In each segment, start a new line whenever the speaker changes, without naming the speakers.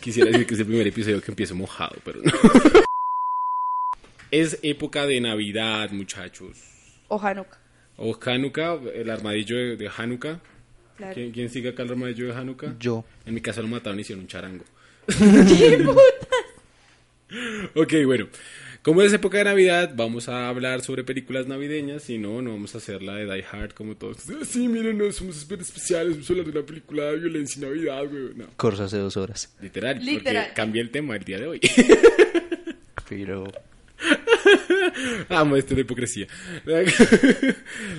Quisiera decir que es el primer episodio que empiezo mojado, pero no. Es época de Navidad, muchachos.
O Hanukkah.
O Hanukkah, el armadillo de, de Hanukkah.
Claro.
¿Quién, quién sigue acá el armadillo de Hanukkah?
Yo.
En mi casa lo mataron y hicieron un charango. Ok, bueno. Como es época de Navidad, vamos a hablar sobre películas navideñas. Si no, no vamos a hacer la de Die Hard como todos. "Ah, Sí, miren, no somos súper especiales. Vamos a hablar de una película de violencia en Navidad, güey. No.
Corso hace dos horas.
Literal,
Literal.
porque cambié el tema el día de hoy.
Pero.
Amo esto de hipocresía.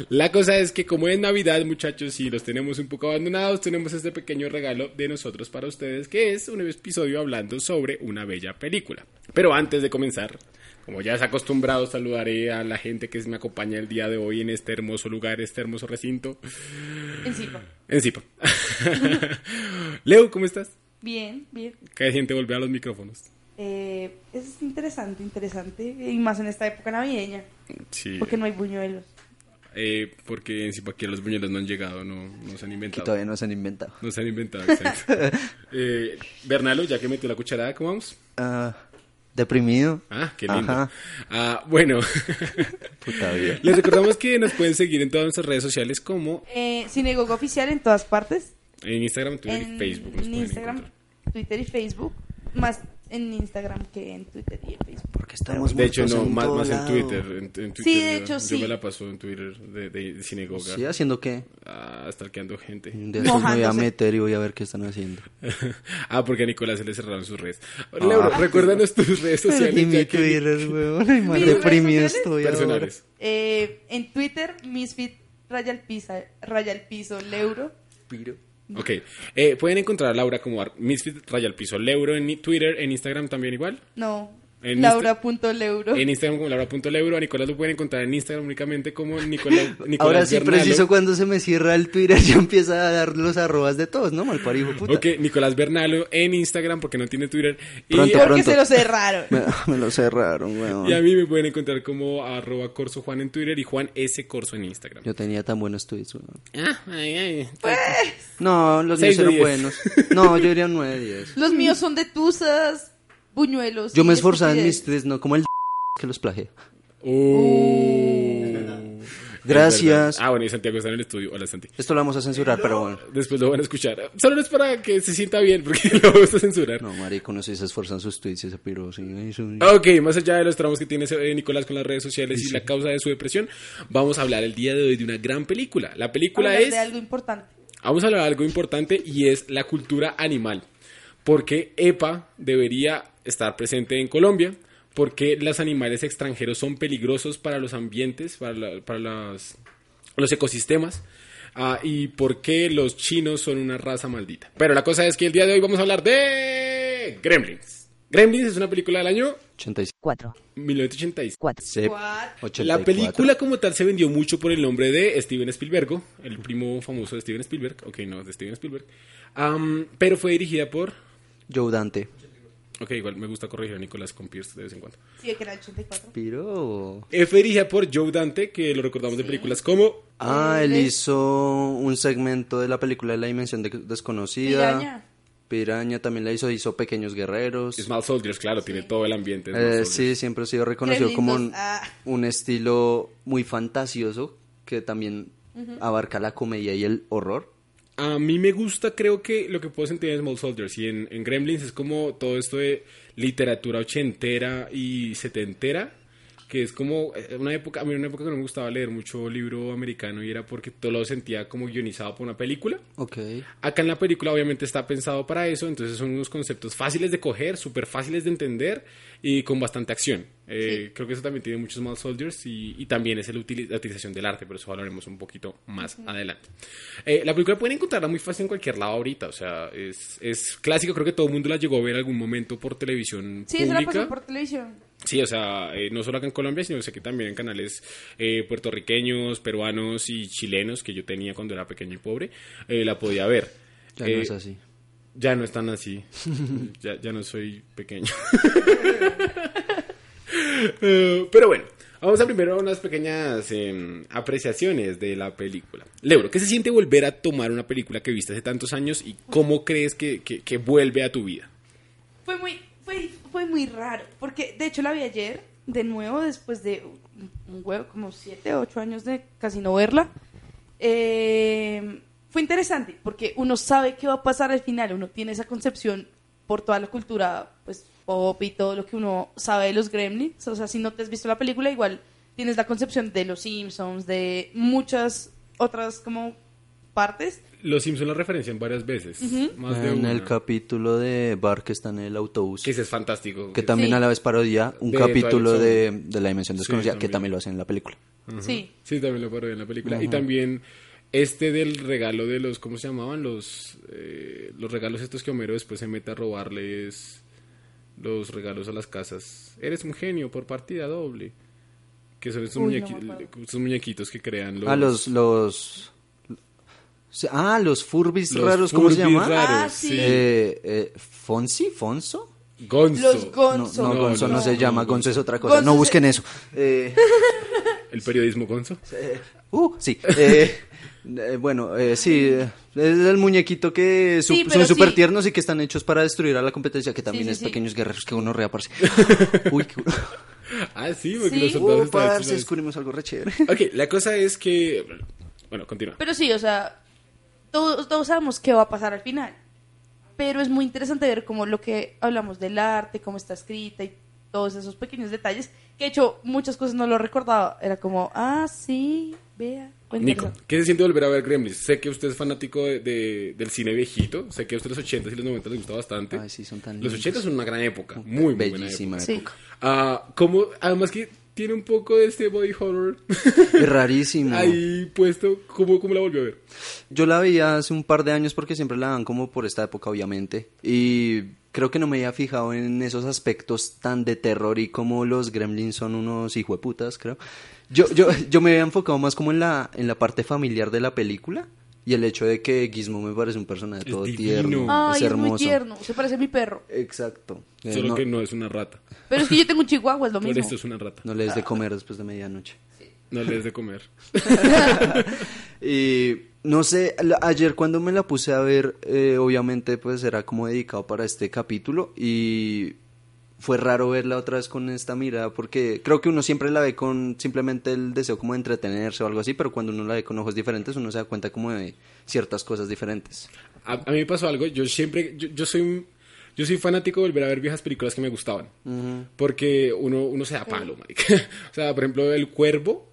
La cosa es que como es Navidad, muchachos, si los tenemos un poco abandonados, tenemos este pequeño regalo de nosotros para ustedes, que es un episodio hablando sobre una bella película. Pero antes de comenzar, como ya es acostumbrado, saludaré a la gente que me acompaña el día de hoy en este hermoso lugar, este hermoso recinto.
Encima.
En Zipa. Leo, ¿cómo estás?
Bien, bien.
Qué gente volver a los micrófonos.
Eh, es interesante, interesante. Y más en esta época navideña.
Sí.
Porque no hay buñuelos.
Eh, porque en Zipa aquí los buñuelos no han llegado, no, no se han
Que
inventado.
todavía no se han inventado.
No se han inventado, exacto. Eh, Bernalo, ya que metió la cucharada, ¿cómo vamos?
Ah, deprimido.
Ah, qué lindo.
Ajá.
Ah, bueno,
Puta vida.
les recordamos que nos pueden seguir en todas nuestras redes sociales como
Eh, Sinagoga oficial en todas partes.
en Instagram, Twitter
en
y Facebook. Nos
en
pueden
Instagram,
encontrar.
Twitter y Facebook. Más en Instagram que en Twitter y en Facebook.
Porque estamos
De hecho,
muertos
no,
en
más,
todo
más en
lado.
Twitter. En, en Twitter
Sí, de
yo-
hecho,
yo,
sí.
me la paso en Twitter de, de, de sinagoga.
¿Sí? ¿Haciendo qué?
Ah, stalkeando gente.
Un día estos me voy a
Mojándose.
meter y voy a ver qué están haciendo.
ah, porque a Nicolás se le cerraron sus redes. Leuro, recuérdanos tus redes
Ah, Y
sociales.
mi
ya que-
Twitter, weón. Ay, más
¿Mis redes
deprimido
sociales?
estoy ahora.
personales.
Eh, en Twitter, Misfit raya al piso, raya al piso, Leuro.
Ok, eh, pueden encontrar a Laura como ar- Misfit Raya al Piso Leuro en Twitter, en Instagram también igual.
No,
En
Oh.
Laura.leuro.
En Instagram como Laura.leuro, a Nicolás lo pueden encontrar en Instagram únicamente como Nicolás, Nicolás
Ahora sí,
Bernalo.
preciso cuando se me cierra el Twitter, ya empieza a dar los arrobas de todos, ¿no? Malparijo, puta.
Ok, Nicolás Bernalo en Instagram porque no tiene Twitter. Y,
Pronto,
a-
Porque
pronto.
se lo cerraron.
Me, me lo cerraron, weón.
y a mí me pueden encontrar como arroba corso Juan en Twitter y Juan S. Corso en Instagram.
Yo tenía tan buenos tweets, weón.
Ah, ay, ay.
No, los míos
Seis de
eran
diez.
buenos. No, yo diría 9, 10.
Los míos son de tusas, buñuelos.
Yo
y
me esforzaba en mis
estupidez.
tweets, no como el que los plagié.
Uh.
Gracias.
Ah, bueno, y Santiago está en el estudio. Hola, Santi.
Esto lo vamos a censurar, pero bueno.
Después lo van a escuchar. Solo es para que se sienta bien porque lo vamos a censurar.
No, marico, no sé si se esforzan sus tweets, ese piro. Sí, ay, sí.
Ah, Ok, más allá de los tramos que tiene eh, Nicolás con las redes sociales y la causa de su depresión, vamos a hablar el día de hoy de una gran película. La película
Hablar
es...
de algo importante.
Vamos a hablar de algo importante y es la cultura animal. Porque EPA debería estar presente en Colombia, porque los animales extranjeros son peligrosos para los ambientes, para, la- para las- los ecosistemas. ah, y porque los chinos son una raza maldita. Pero la cosa es que el día de hoy vamos a hablar de Gremlins. Gremlins es una película del año
85.
4,
1986.
4,
Sí,
What?
84.
La película como tal se vendió mucho por el nombre de Steven Spielberg, el primo famoso de Steven Spielberg, ok, no, de Steven Spielberg, Am, pero fue dirigida por,
Joe Dante.
ok, igual me gusta corregir a Nicolás con Pierce de vez en cuando,
Sí, que era el 84.
Piro.
Eh, fue dirigida por Joe Dante, que lo recordamos de películas como,
Ah, él
Les-
hizo un segmento de la película de la dimensión de- desconocida.
Piraña.
Piraña también la hizo, hizo Pequeños Guerreros.
Small Soldiers, claro, tiene todo el ambiente, de Small
Eh,
Soldiers.
sí, siempre ha sido reconocido
Qué
como
lindos,
un,
ah.
un estilo muy fantasioso que también abarca la comedia y el horror.
A mí me gusta, creo que lo que puedo sentir en Small Soldiers y en, en Gremlins es como todo esto de literatura ochentera y setentera, que es como eh, una época, a mí era una época que no me gustaba leer mucho libro americano y era porque todo lo sentía como guionizado por una película.
Ok.
Acá en la película obviamente está pensado para eso, entonces son unos conceptos fáciles de coger, súper fáciles de entender y con bastante acción. Eh, Creo que eso también tiene muchos Small Soldiers y, y también es el utili- la utilización del arte, pero eso hablaremos un poquito más adelante. Eh, la película pueden encontrarla muy fácil en cualquier lado ahorita, o sea, es, es clásico, creo que todo el mundo la llegó a ver algún momento por televisión
Sí, eso la
pública.
pasó por televisión.
Sí, o sea, eh, no solo acá en Colombia, sino sé que también en canales eh, puertorriqueños, peruanos y chilenos que yo tenía cuando era pequeño y pobre, eh, la podía ver.
Ya
Eh,
no es así.
ya no es tan así. ya, ya no soy pequeño. Eh, pero bueno, vamos a primero a unas pequeñas eh, apreciaciones de la película. Lebro, ¿qué se siente volver a tomar una película que viste hace tantos años y cómo crees que, que- que vuelve a tu vida?
Fue muy, fue, fue muy raro, porque de hecho la vi ayer, de nuevo, después de un- un huevo, como siete, ocho años de casi no verla. Eh, fue interesante, porque uno sabe qué va a pasar al final, uno tiene esa concepción por toda la cultura pues pop y todo lo que uno sabe de los gremlins. O sea, si no te has visto la película, igual tienes la concepción de los Simpsons, de muchas otras como partes.
Los Simpsons la referencian varias veces. Más de
Ah, en
una.
el capítulo de Bar que está en el autobús.
Que ese es fantástico.
que también
Sí.
a la vez parodia un
De
capítulo
Twilight
de, de la dimensión desconocida que
también.
también lo hacen en la película.
Sí.
Sí, también lo parodian en la película. Y también este del regalo de los, ¿cómo se llamaban? Los, eh, los regalos estos que Homero después se mete a robarles los regalos a las casas. Eres un genio por partida doble. Que son estos,
Uy, no
muñequi-
me acuerdo.
estos muñequitos que crean los...
Ah, los, los... sí, Ah, los Furbis
Los
raros, ¿cómo se
Furbies
llama?
raros,
Ah, sí.
Eh, eh, ¿Fonsi? ¿Fonso?
Gonzo.
Los
No, no,
Gonzo.
No,
Gonzo no,
no,
se
no,
llama,
Gonzo.
Gonzo es otra cosa.
Gonzo
no
se-
busquen eso. Eh,
El periodismo Gonzo.
eh, uh, sí. eh, eh, bueno, eh, sí, eh, es el muñequito que su-
Sí, pero
son súper
sí.
tiernos y que están hechos para destruir a la competencia, que también
sí,
es
sí.
pequeños guerreros que uno reaparece. Uy, qué...
Ah, sí, porque
Sí.
los soldados
Uh,
estaban hechos
parce,
de-
descubrimos algo re chévere.
Ok, la cosa es que... Bueno, continúa.
Pero sí, o sea, todos, todos sabemos qué va a pasar al final. Pero es muy interesante ver cómo lo que hablamos del arte, cómo está escrita y todos esos pequeños detalles. Que de hecho, muchas cosas no lo recordaba. Era como, ah, sí, vea. fue
Nico,
interesante.
¿qué se siente volver a ver Gremlins? Sé que usted es fanático de- de- del cine viejito, sé que a usted los 80s y los 90s le gusta bastante.
Ay, sí, son tan
los
lindos.
80s son una gran época, muy, muy
Bellísima
buena época.
Sí.
época.
Ah, como, además que tiene un poco de este body horror
Rarísimo.
ahí puesto, ¿cómo, cómo la volvió a ver?
Yo la veía hace un par de años porque siempre la dan como por esta época, obviamente. Y creo que no me había fijado en esos aspectos tan de terror y como los gremlins son unos hijueputas, creo. Yo, yo, yo me había enfocado más como en la, en la parte familiar de la película y el hecho de que Gizmo me parece un personaje
Es
todo
divino.
tierno,
Ay,
es
es,
hermoso.
muy tierno. Se parece a mi perro.
Exacto. Eh,
Solo
no,
que no es una rata.
Pero es que yo tengo un chihuahua, es lo
Por
mismo.
esto es una rata.
no le des de comer después de medianoche.
No le des de comer.
Y no sé, la- ayer cuando me la puse a ver, eh, obviamente pues era como dedicado para este capítulo y fue raro verla otra vez con esta mirada porque creo que uno siempre la ve con simplemente el deseo como de entretenerse o algo así, pero cuando uno la ve con ojos diferentes uno se da cuenta como de ciertas cosas diferentes.
A, a mí me pasó algo, yo siempre, yo, yo soy un- yo soy fanático de volver a ver viejas películas que me gustaban. Porque uno, uno se da palo, marica. O sea, por ejemplo, El Cuervo,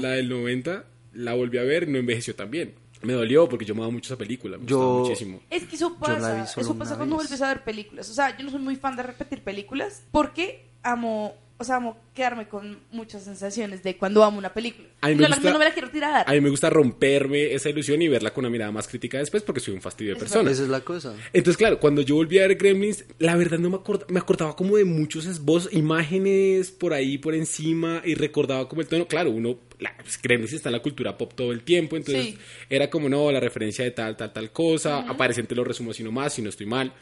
la del 90, la volví a ver y no envejeció tan bien. Me dolió porque yo amaba mucho esa película, me
Yo-
gustaba muchísimo.
Es que eso
Yo la vi
pasa,
solo
eso pasa
una
cuando
vez.
vuelves a ver películas. O sea, yo no soy muy fan de repetir películas porque amo, o sea, amo quedarme con muchas sensaciones de cuando amo una película.
A mí me
no, la-
gusta-
no me la quiero tirar.
A mí me gusta romperme esa ilusión y verla con una mirada más crítica después porque soy un fastidio de
Es
persona.
Esa es la cosa.
Entonces, claro, cuando yo volví a ver Gremlins, la verdad no me acordaba, me acordaba como de muchos esbozos, imágenes por ahí, por encima, y recordaba como el tono. Claro, uno, la, pues, Gremlins está en la cultura pop todo el tiempo, entonces
Sí.
era como, no, la referencia de tal, tal, tal cosa, aparecen, te lo resumo así nomás, si no estoy mal.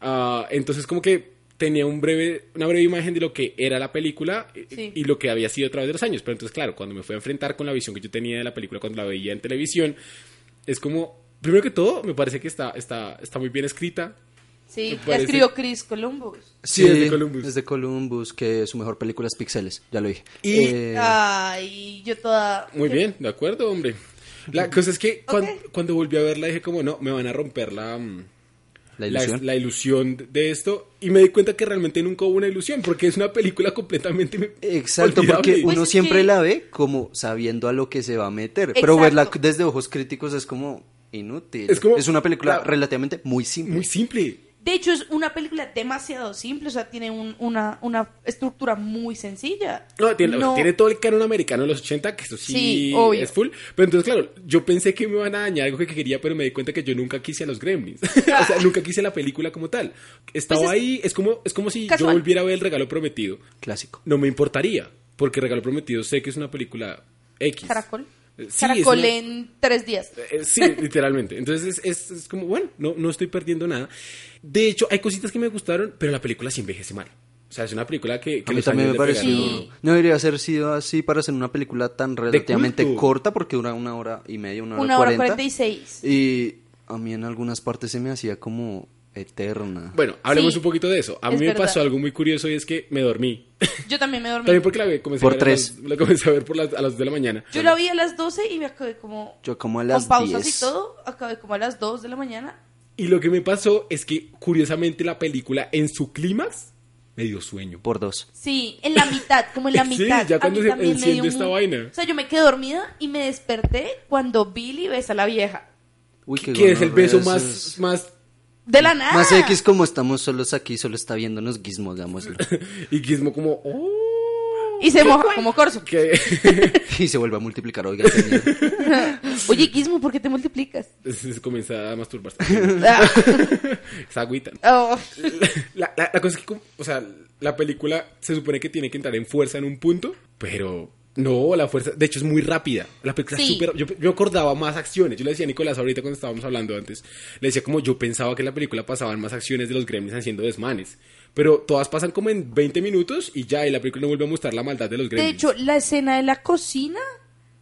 Ah, entonces, como que tenía un breve, una breve imagen de lo que era la película y-
Sí.
y lo que había sido a través de los años. Pero entonces, claro, cuando me fui a enfrentar con la visión que yo tenía de la película cuando la veía en televisión, es como, primero que todo, me parece que está, está, está muy bien escrita. me
Sí, la
parece-
escribió Chris Columbus.
Sí, es de Columbus.
Es de Columbus, que su mejor película es Pixeles, ya lo dije.
Y-
Eh,
Ay, yo toda...
Muy
¿Qué?
bien, de acuerdo, hombre. La cosa es que cuan- cuando,
Ok.
volví a verla dije como, no, me van a romper la, mm,
la ilusión.
la ilusión de esto. Y me di cuenta que realmente nunca hubo una ilusión, porque es una película completamente
Exacto,
olvidable.
porque
Pues
uno
es
siempre
que-
la ve como sabiendo a lo que se va a meter, pero verla
Exacto.
desde ojos críticos es como inútil.
Es
Es,
como-
una película
la-
relativamente muy simple.
Muy simple.
De hecho, es una película demasiado simple, o sea, tiene un- una, una estructura muy sencilla.
No, tiene, tiene todo el canon americano de los 80, que eso sí,
Sí, obvio.
es full. Pero entonces, claro, yo pensé que me iban a dañar algo que quería, pero me di cuenta que yo nunca quise a los gremlins. o sea, nunca quise la película como tal. Estaba
Pues es-
ahí, es como, es como si yo
Casual.
volviera a ver el regalo prometido.
Clásico.
No me importaría, porque Regalo Prometido sé que es una película X.
Caracol.
Eh, sí,
Caracol
es una-
en tres días.
Eh, Sí, literalmente. Entonces es, es- es como, bueno, no, no estoy perdiendo nada. De hecho, hay cositas que me gustaron, pero la película sí envejece mal. O sea, es una película que... que
A mí
los
también
años
me
le
pareció.
pegaron.
Sí.
No debería haber sido así para hacer una película tan relativamente
culto.
corta, porque dura una hora y media, una hora
Una hora
cuarenta.
cuarenta y seis.
Y a mí en algunas partes se me hacía como. Eterna.
Bueno, hablemos
Sí,
un poquito de eso. A mí
es
me
verdad.
pasó algo muy curioso y es que me dormí.
Yo también me dormí.
También porque la vi- comencé
Por
a ver a
tres.
las- la comencé a ver por las, a las 2 de la mañana.
Yo la vi a las 12 y me acabé como...
Yo como a las
Con pausas
10.
y todo, acabé como a las 2 de la mañana.
Y lo que me pasó es que, curiosamente, la película en su clímax me dio sueño.
Por dos.
Sí, en la mitad, como en la
Sí,
mitad.
ya
A
cuando
mí
se
también me dio
enciende esta
un-
vaina.
O sea, yo me quedé dormida y me desperté cuando Billy besa a la vieja.
Uy, qué
Que es el
gonorrea
beso
eso
más,
es.
más
De la nada.
Más X como estamos solos aquí, solo está viéndonos guismos, dámoslo.
Y Gizmo como, oh,
Y se moja como corso.
que...
y se vuelve a multiplicar, oiga, qué miedo.
Oye, Gizmo, ¿por qué te multiplicas?
Entonces comienza a masturbarse.
Ah,
Esa agüita.
oh,
La, la- la cosa es que, como- o sea, la película se supone que tiene que entrar en fuerza en un punto, pero no, la fuerza, de hecho es muy rápida. La película es
Sí.
súper- yo, yo acordaba más acciones. Yo le decía a Nicolás ahorita cuando estábamos hablando antes, le decía como yo pensaba que en la película pasaban más acciones de los gremlins haciendo desmanes. Pero todas pasan como en 20 minutos y ya, y la película no vuelve a mostrar la maldad de los
De
gremlins.
hecho, la escena de la cocina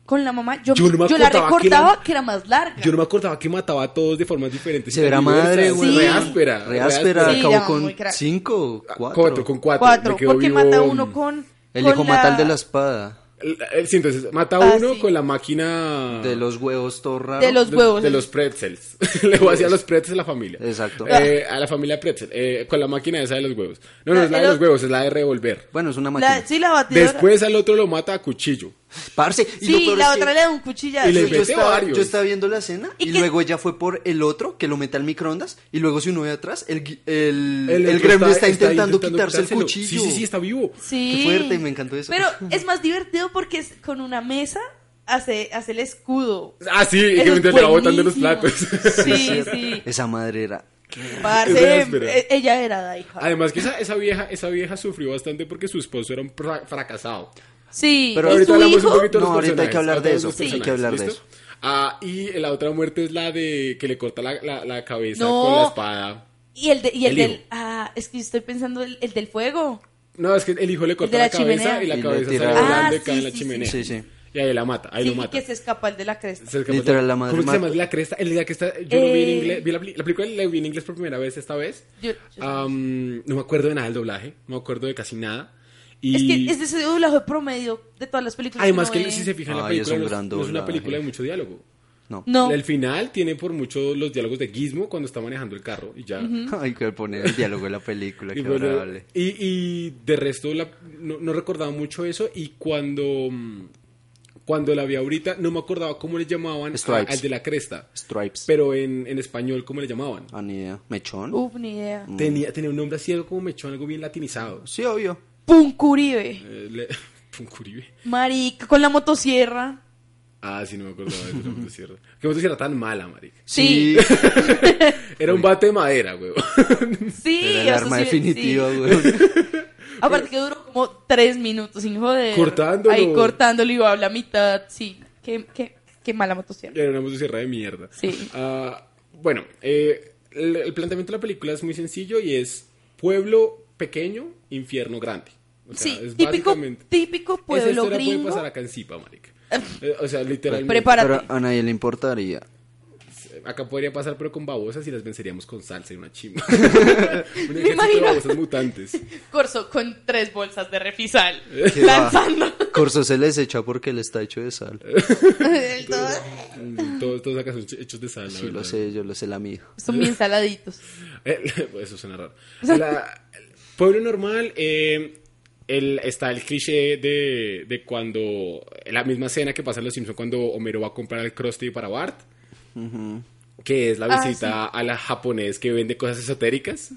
con la mamá, yo,
Yo no me
yo la
acordaba que era-
recordaba que era más larga.
Yo no me acordaba que mataba a todos de formas diferentes. y
Se verá
tan diversas.
madre, güey.
Sí.
Re áspera. re
Reáspera,
Sí,
acabó
ya, muy
con
crack.
cinco, cuatro.
Cuatro, con cuatro.
Cuatro,
Me quedó
porque
vivo-
mata a uno con.
El
con
hijo matal de la espada,
El- el- Sí, entonces, mata a
Ah,
uno
sí.
con la máquina...
de los huevos todo raro.
De los
de-
huevos.
De los pretzels. Le voy a decir a los pretzels a la familia.
Exacto.
Eh, a la familia pretzel. eh, con la máquina esa de los huevos. No, no,
La-
es la de
Ah, el
los
otro- Ah,
huevos, es la de revolver.
Bueno, es una máquina.
la, sí, la batidora.
Después al otro lo mata a cuchillo.
Parce, y lo
sí,
peor
la
es que-
otra le da un cuchillazo.
Y le
Sí,
mete
yo estaba,
varios.
yo estaba viendo la escena y,
¿Y qué-
luego ella fue por el otro que lo mete al microondas y luego si uno ve atrás el gui- el,
El
el,
otro
gremlin está, intentando, quitarse el
quitárselo.
cuchillo.
Sí, sí, sí, está vivo.
Sí.
Qué fuerte, me encantó eso.
Pero es más divertido porque es con una mesa hace, hace el escudo.
Ah, sí, y que
Eso es
mientras la botan de los
buenísimo.
platos.
Sí, sí.
Esa madre era.
Parce,
Es áspera.
eh, ella era Daija.
Además que esa, esa vieja, esa vieja sufrió bastante porque su esposo era un fra- fracasado.
Sí,
Pero
¿y
ahorita
su
hablamos
hijo?
un poquito de los
No, ahorita hay que
personajes,
hablar de
ahorita
eso,
los
hay que
personajes,
hablar de
¿listo?
eso.
Ah, y la otra muerte es la de que le corta la, la- la cabeza
No.
con la espada.
Y el, de- y el,
El hijo.
del. Ah, es que estoy pensando el, el del fuego.
No, es que el hijo le corta
de
la,
la
cabeza
chimenea.
y la
Y le
cabeza
tira-
sale
Ah,
volando y
sí,
cae en la
sí, sí,
chimenea.
sí. Sí, sí.
Y ahí la mata, ahí
sí,
lo
y
mata.
que se escapa el de la cresta.
Se escapa-
Literal, la madre
¿Cómo es que se
mata.
llama? La cresta. El día que está. Yo lo vi en
Eh.
inglés. Vi la, peli- la película la vi en inglés por primera vez esta vez.
Yo- yo-
Ah, Am, no me acuerdo de nada del doblaje. No me acuerdo de casi nada. Y
Es que es de ese doblaje promedio de todas las películas.
además, que
que, uno ve.
si se fijan, la
Ay, es
película
un
no es- no
gran
es una
doblaje.
película de mucho diálogo.
No.
No.
El final tiene por mucho los diálogos de Gizmo cuando está manejando el carro y ya.
Hay que poner el diálogo de la película,
Y,
qué
bueno,
adorable.
y- y de resto la- no, no recordaba mucho eso y cuando, mm, cuando la vi ahorita no me acordaba cómo le llamaban a-
Stripes.
al de la cresta,
Stripes.
pero en, en español cómo le llamaban.
Ah, ni idea. ¿Mechón?
Uf, ni idea.
Tenía, tenía un nombre así algo como mechón, algo bien latinizado.
Sí, obvio.
Puncuribe.
Eh, le- Puncuribe.
Marica, con la motosierra.
Ah, sí, no me acordaba de esa motosierra. Qué motosierra tan mala, marica.
Sí.
Era un bate de madera, güey.
Sí,
Era
o
el
sea,
arma
sí,
definitiva,
sí.
güey.
Aparte que duró como tres minutos, sin joder.
Cortándolo.
Ahí cortándolo y va a la mitad, sí. Qué, qué, qué mala motosierra.
Era una motosierra de mierda.
Sí.
Ah, bueno, eh, el, el planteamiento de la película es muy sencillo y es pueblo pequeño, infierno grande. O sea,
sí,
es
típico,
básicamente-
típico
Esa
pueblo
historia
gringo.
puede pasar acá en Zipa, marica. Eh, o sea, literalmente.
Prepárate.
Pero a nadie le importaría.
Acá podría pasar, pero con babosas y las venceríamos con salsa y una chimba. Un ejército de
imagino.
babosas mutantes.
Corso con tres bolsas de refisal.
Qué va.
lanzando.
Corso se les echa porque él está hecho de sal.
El todo.
Mm, Todos, todos acá son ch- hechos de sal. la
Sí, lo
verdad.
sé, yo lo sé, la mía.
Son bien saladitos.
Eh, Eso suena raro. La- el pueblo normal, eh, el- está el cliché de, de cuando. La misma escena que pasa en Los Simpsons cuando Homero va a comprar el Krusty para Bart. Que es la
Ah,
visita a la japonés que vende cosas esotéricas.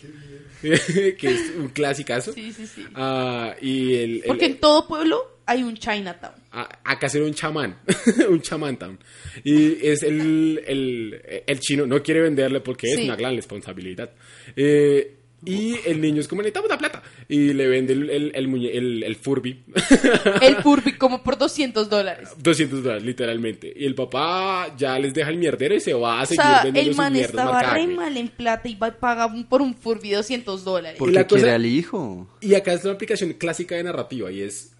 que es un clasicazo.
Sí, sí, sí.
Ah, y el, el-
Porque en todo pueblo hay un Chinatown.
a- acá será un chamán, un chamantown. Y es el, el, el chino, no quiere venderle porque es
Sí.
una gran responsabilidad. Eh, y el niño es como, necesitamos la plata. Y le vende el, el, el, muñe- el- el Furby,
El Furby como por 200 dólares.
200 dólares, literalmente. Y el papá ya les deja el mierdero y se va a
O
seguir
sea,
vendiendo
el
sus
man
mierdas
estaba
marcadas,
re
güey.
mal en plata y va y paga un- por un Furby 200 dólares.
la
Porque
cosa-
quiere al hijo.
Y acá es una aplicación clásica de narrativa y es,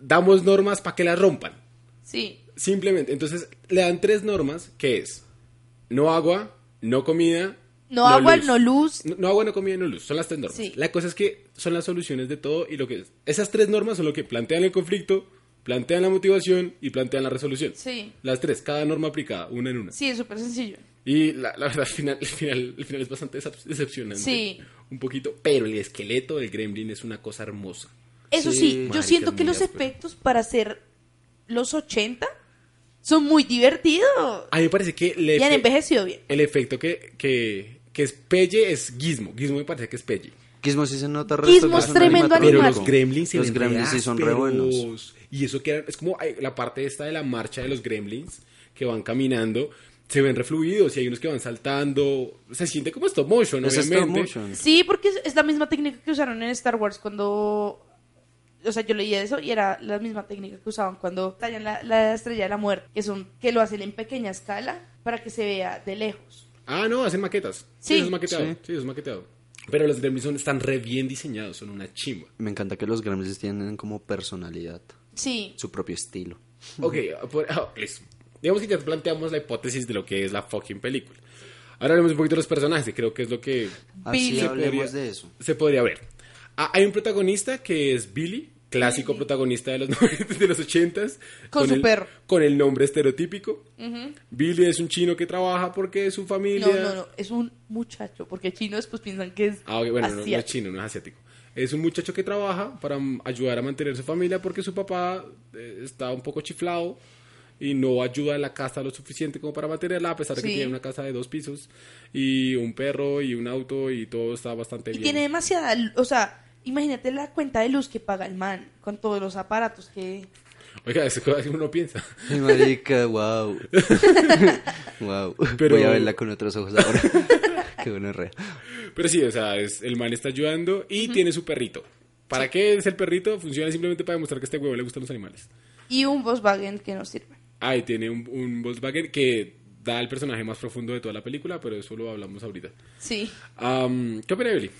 damos normas para que las rompan.
Sí.
Simplemente, entonces le dan tres normas, que es no agua, no comida
No, agua, no luz.
No, no agua, no comida, no luz. Son las tres normas.
Sí.
La cosa es que son las soluciones de todo y lo que... Esas tres normas son lo que plantean el conflicto, plantean la motivación y plantean la resolución.
Sí.
Las tres, cada norma aplicada, una en una.
Sí, es súper sencillo.
Y la, la verdad, el final, el, final, el final es bastante decep- decepcionante.
Sí.
Un poquito, pero el esqueleto del gremlin es una cosa hermosa.
Eso sí,
Sí.
yo
Marica,
siento que
mira,
los
pero-
efectos para hacer los 80 son muy divertidos.
A mí me parece que le
Y han envejecido bien.
el efecto que, que, que es Pelle es Gizmo. Gizmo me parece que es Pelle.
Gizmo sí se nota resto
Gizmo
que
es
son
tremendo
animatrónicos.
animal.
Pero los gremlins se
Los
ven
gremlins sí son re
ásperos.
buenos.
Y eso que era- es como ay, la parte esta de la marcha de los gremlins que van caminando. Se ven refluidos y hay unos que van saltando. Se siente como stop motion,
Es
obviamente.
stop motion.
Sí, porque es, es la misma técnica que usaron en Star Wars cuando... O sea, yo leía eso y era la misma técnica que usaban cuando tallan la, la estrella de la muerte, que son que lo hacen en pequeña escala para que se vea de lejos.
Ah, no, hacen maquetas.
Sí.
Sí, eso es maqueteado.
Sí.
Sí, eso es maqueteado. Pero los gremlins son- están re bien diseñados, son una chimba.
Me encanta que los Gremlins tienen como personalidad,
Sí.
su propio estilo.
Ok, por- ah, listo. Digamos que ya planteamos la hipótesis de lo que es la fucking película. Ahora hablemos un poquito de los personajes, creo que es lo que
Así
Billy.
Se
hablemos
podría-
de eso.
se podría ver. Ah, hay un protagonista que es Billy, clásico protagonista de los, 90, de los 80s.
Con su
el-
perro.
Con el nombre estereotípico. Billy es un chino que trabaja porque su familia...
No, no, no, es un muchacho, porque chinos pues piensan que es
Ah, ok, bueno, no, no es
asiático.
chino, no es asiático. Es un muchacho que trabaja para mm, ayudar a mantener su familia porque su papá eh, está un poco chiflado y no ayuda en la casa lo suficiente como para mantenerla, a pesar de
Sí.
que tiene una casa de dos pisos y un perro y un auto y todo está bastante
Y
bien.
tiene demasiada, lu- o sea, imagínate la cuenta de luz que paga el man con todos los aparatos que...
Oiga, eso es lo que uno piensa.
Ay, marica, wow. wow.
Pero-
Voy a verla con otros ojos ahora. Qué bueno, re.
Pero sí, o sea, es, el man está ayudando y tiene su perrito. ¿Para qué es el perrito? Funciona simplemente para demostrar que a este huevo le gustan los animales.
Y un Volkswagen que no sirve.
Ah, y tiene un, un Volkswagen que da el personaje más profundo de toda la película, pero eso lo hablamos ahorita.
Sí.
Am, ¿Qué opina de Billy?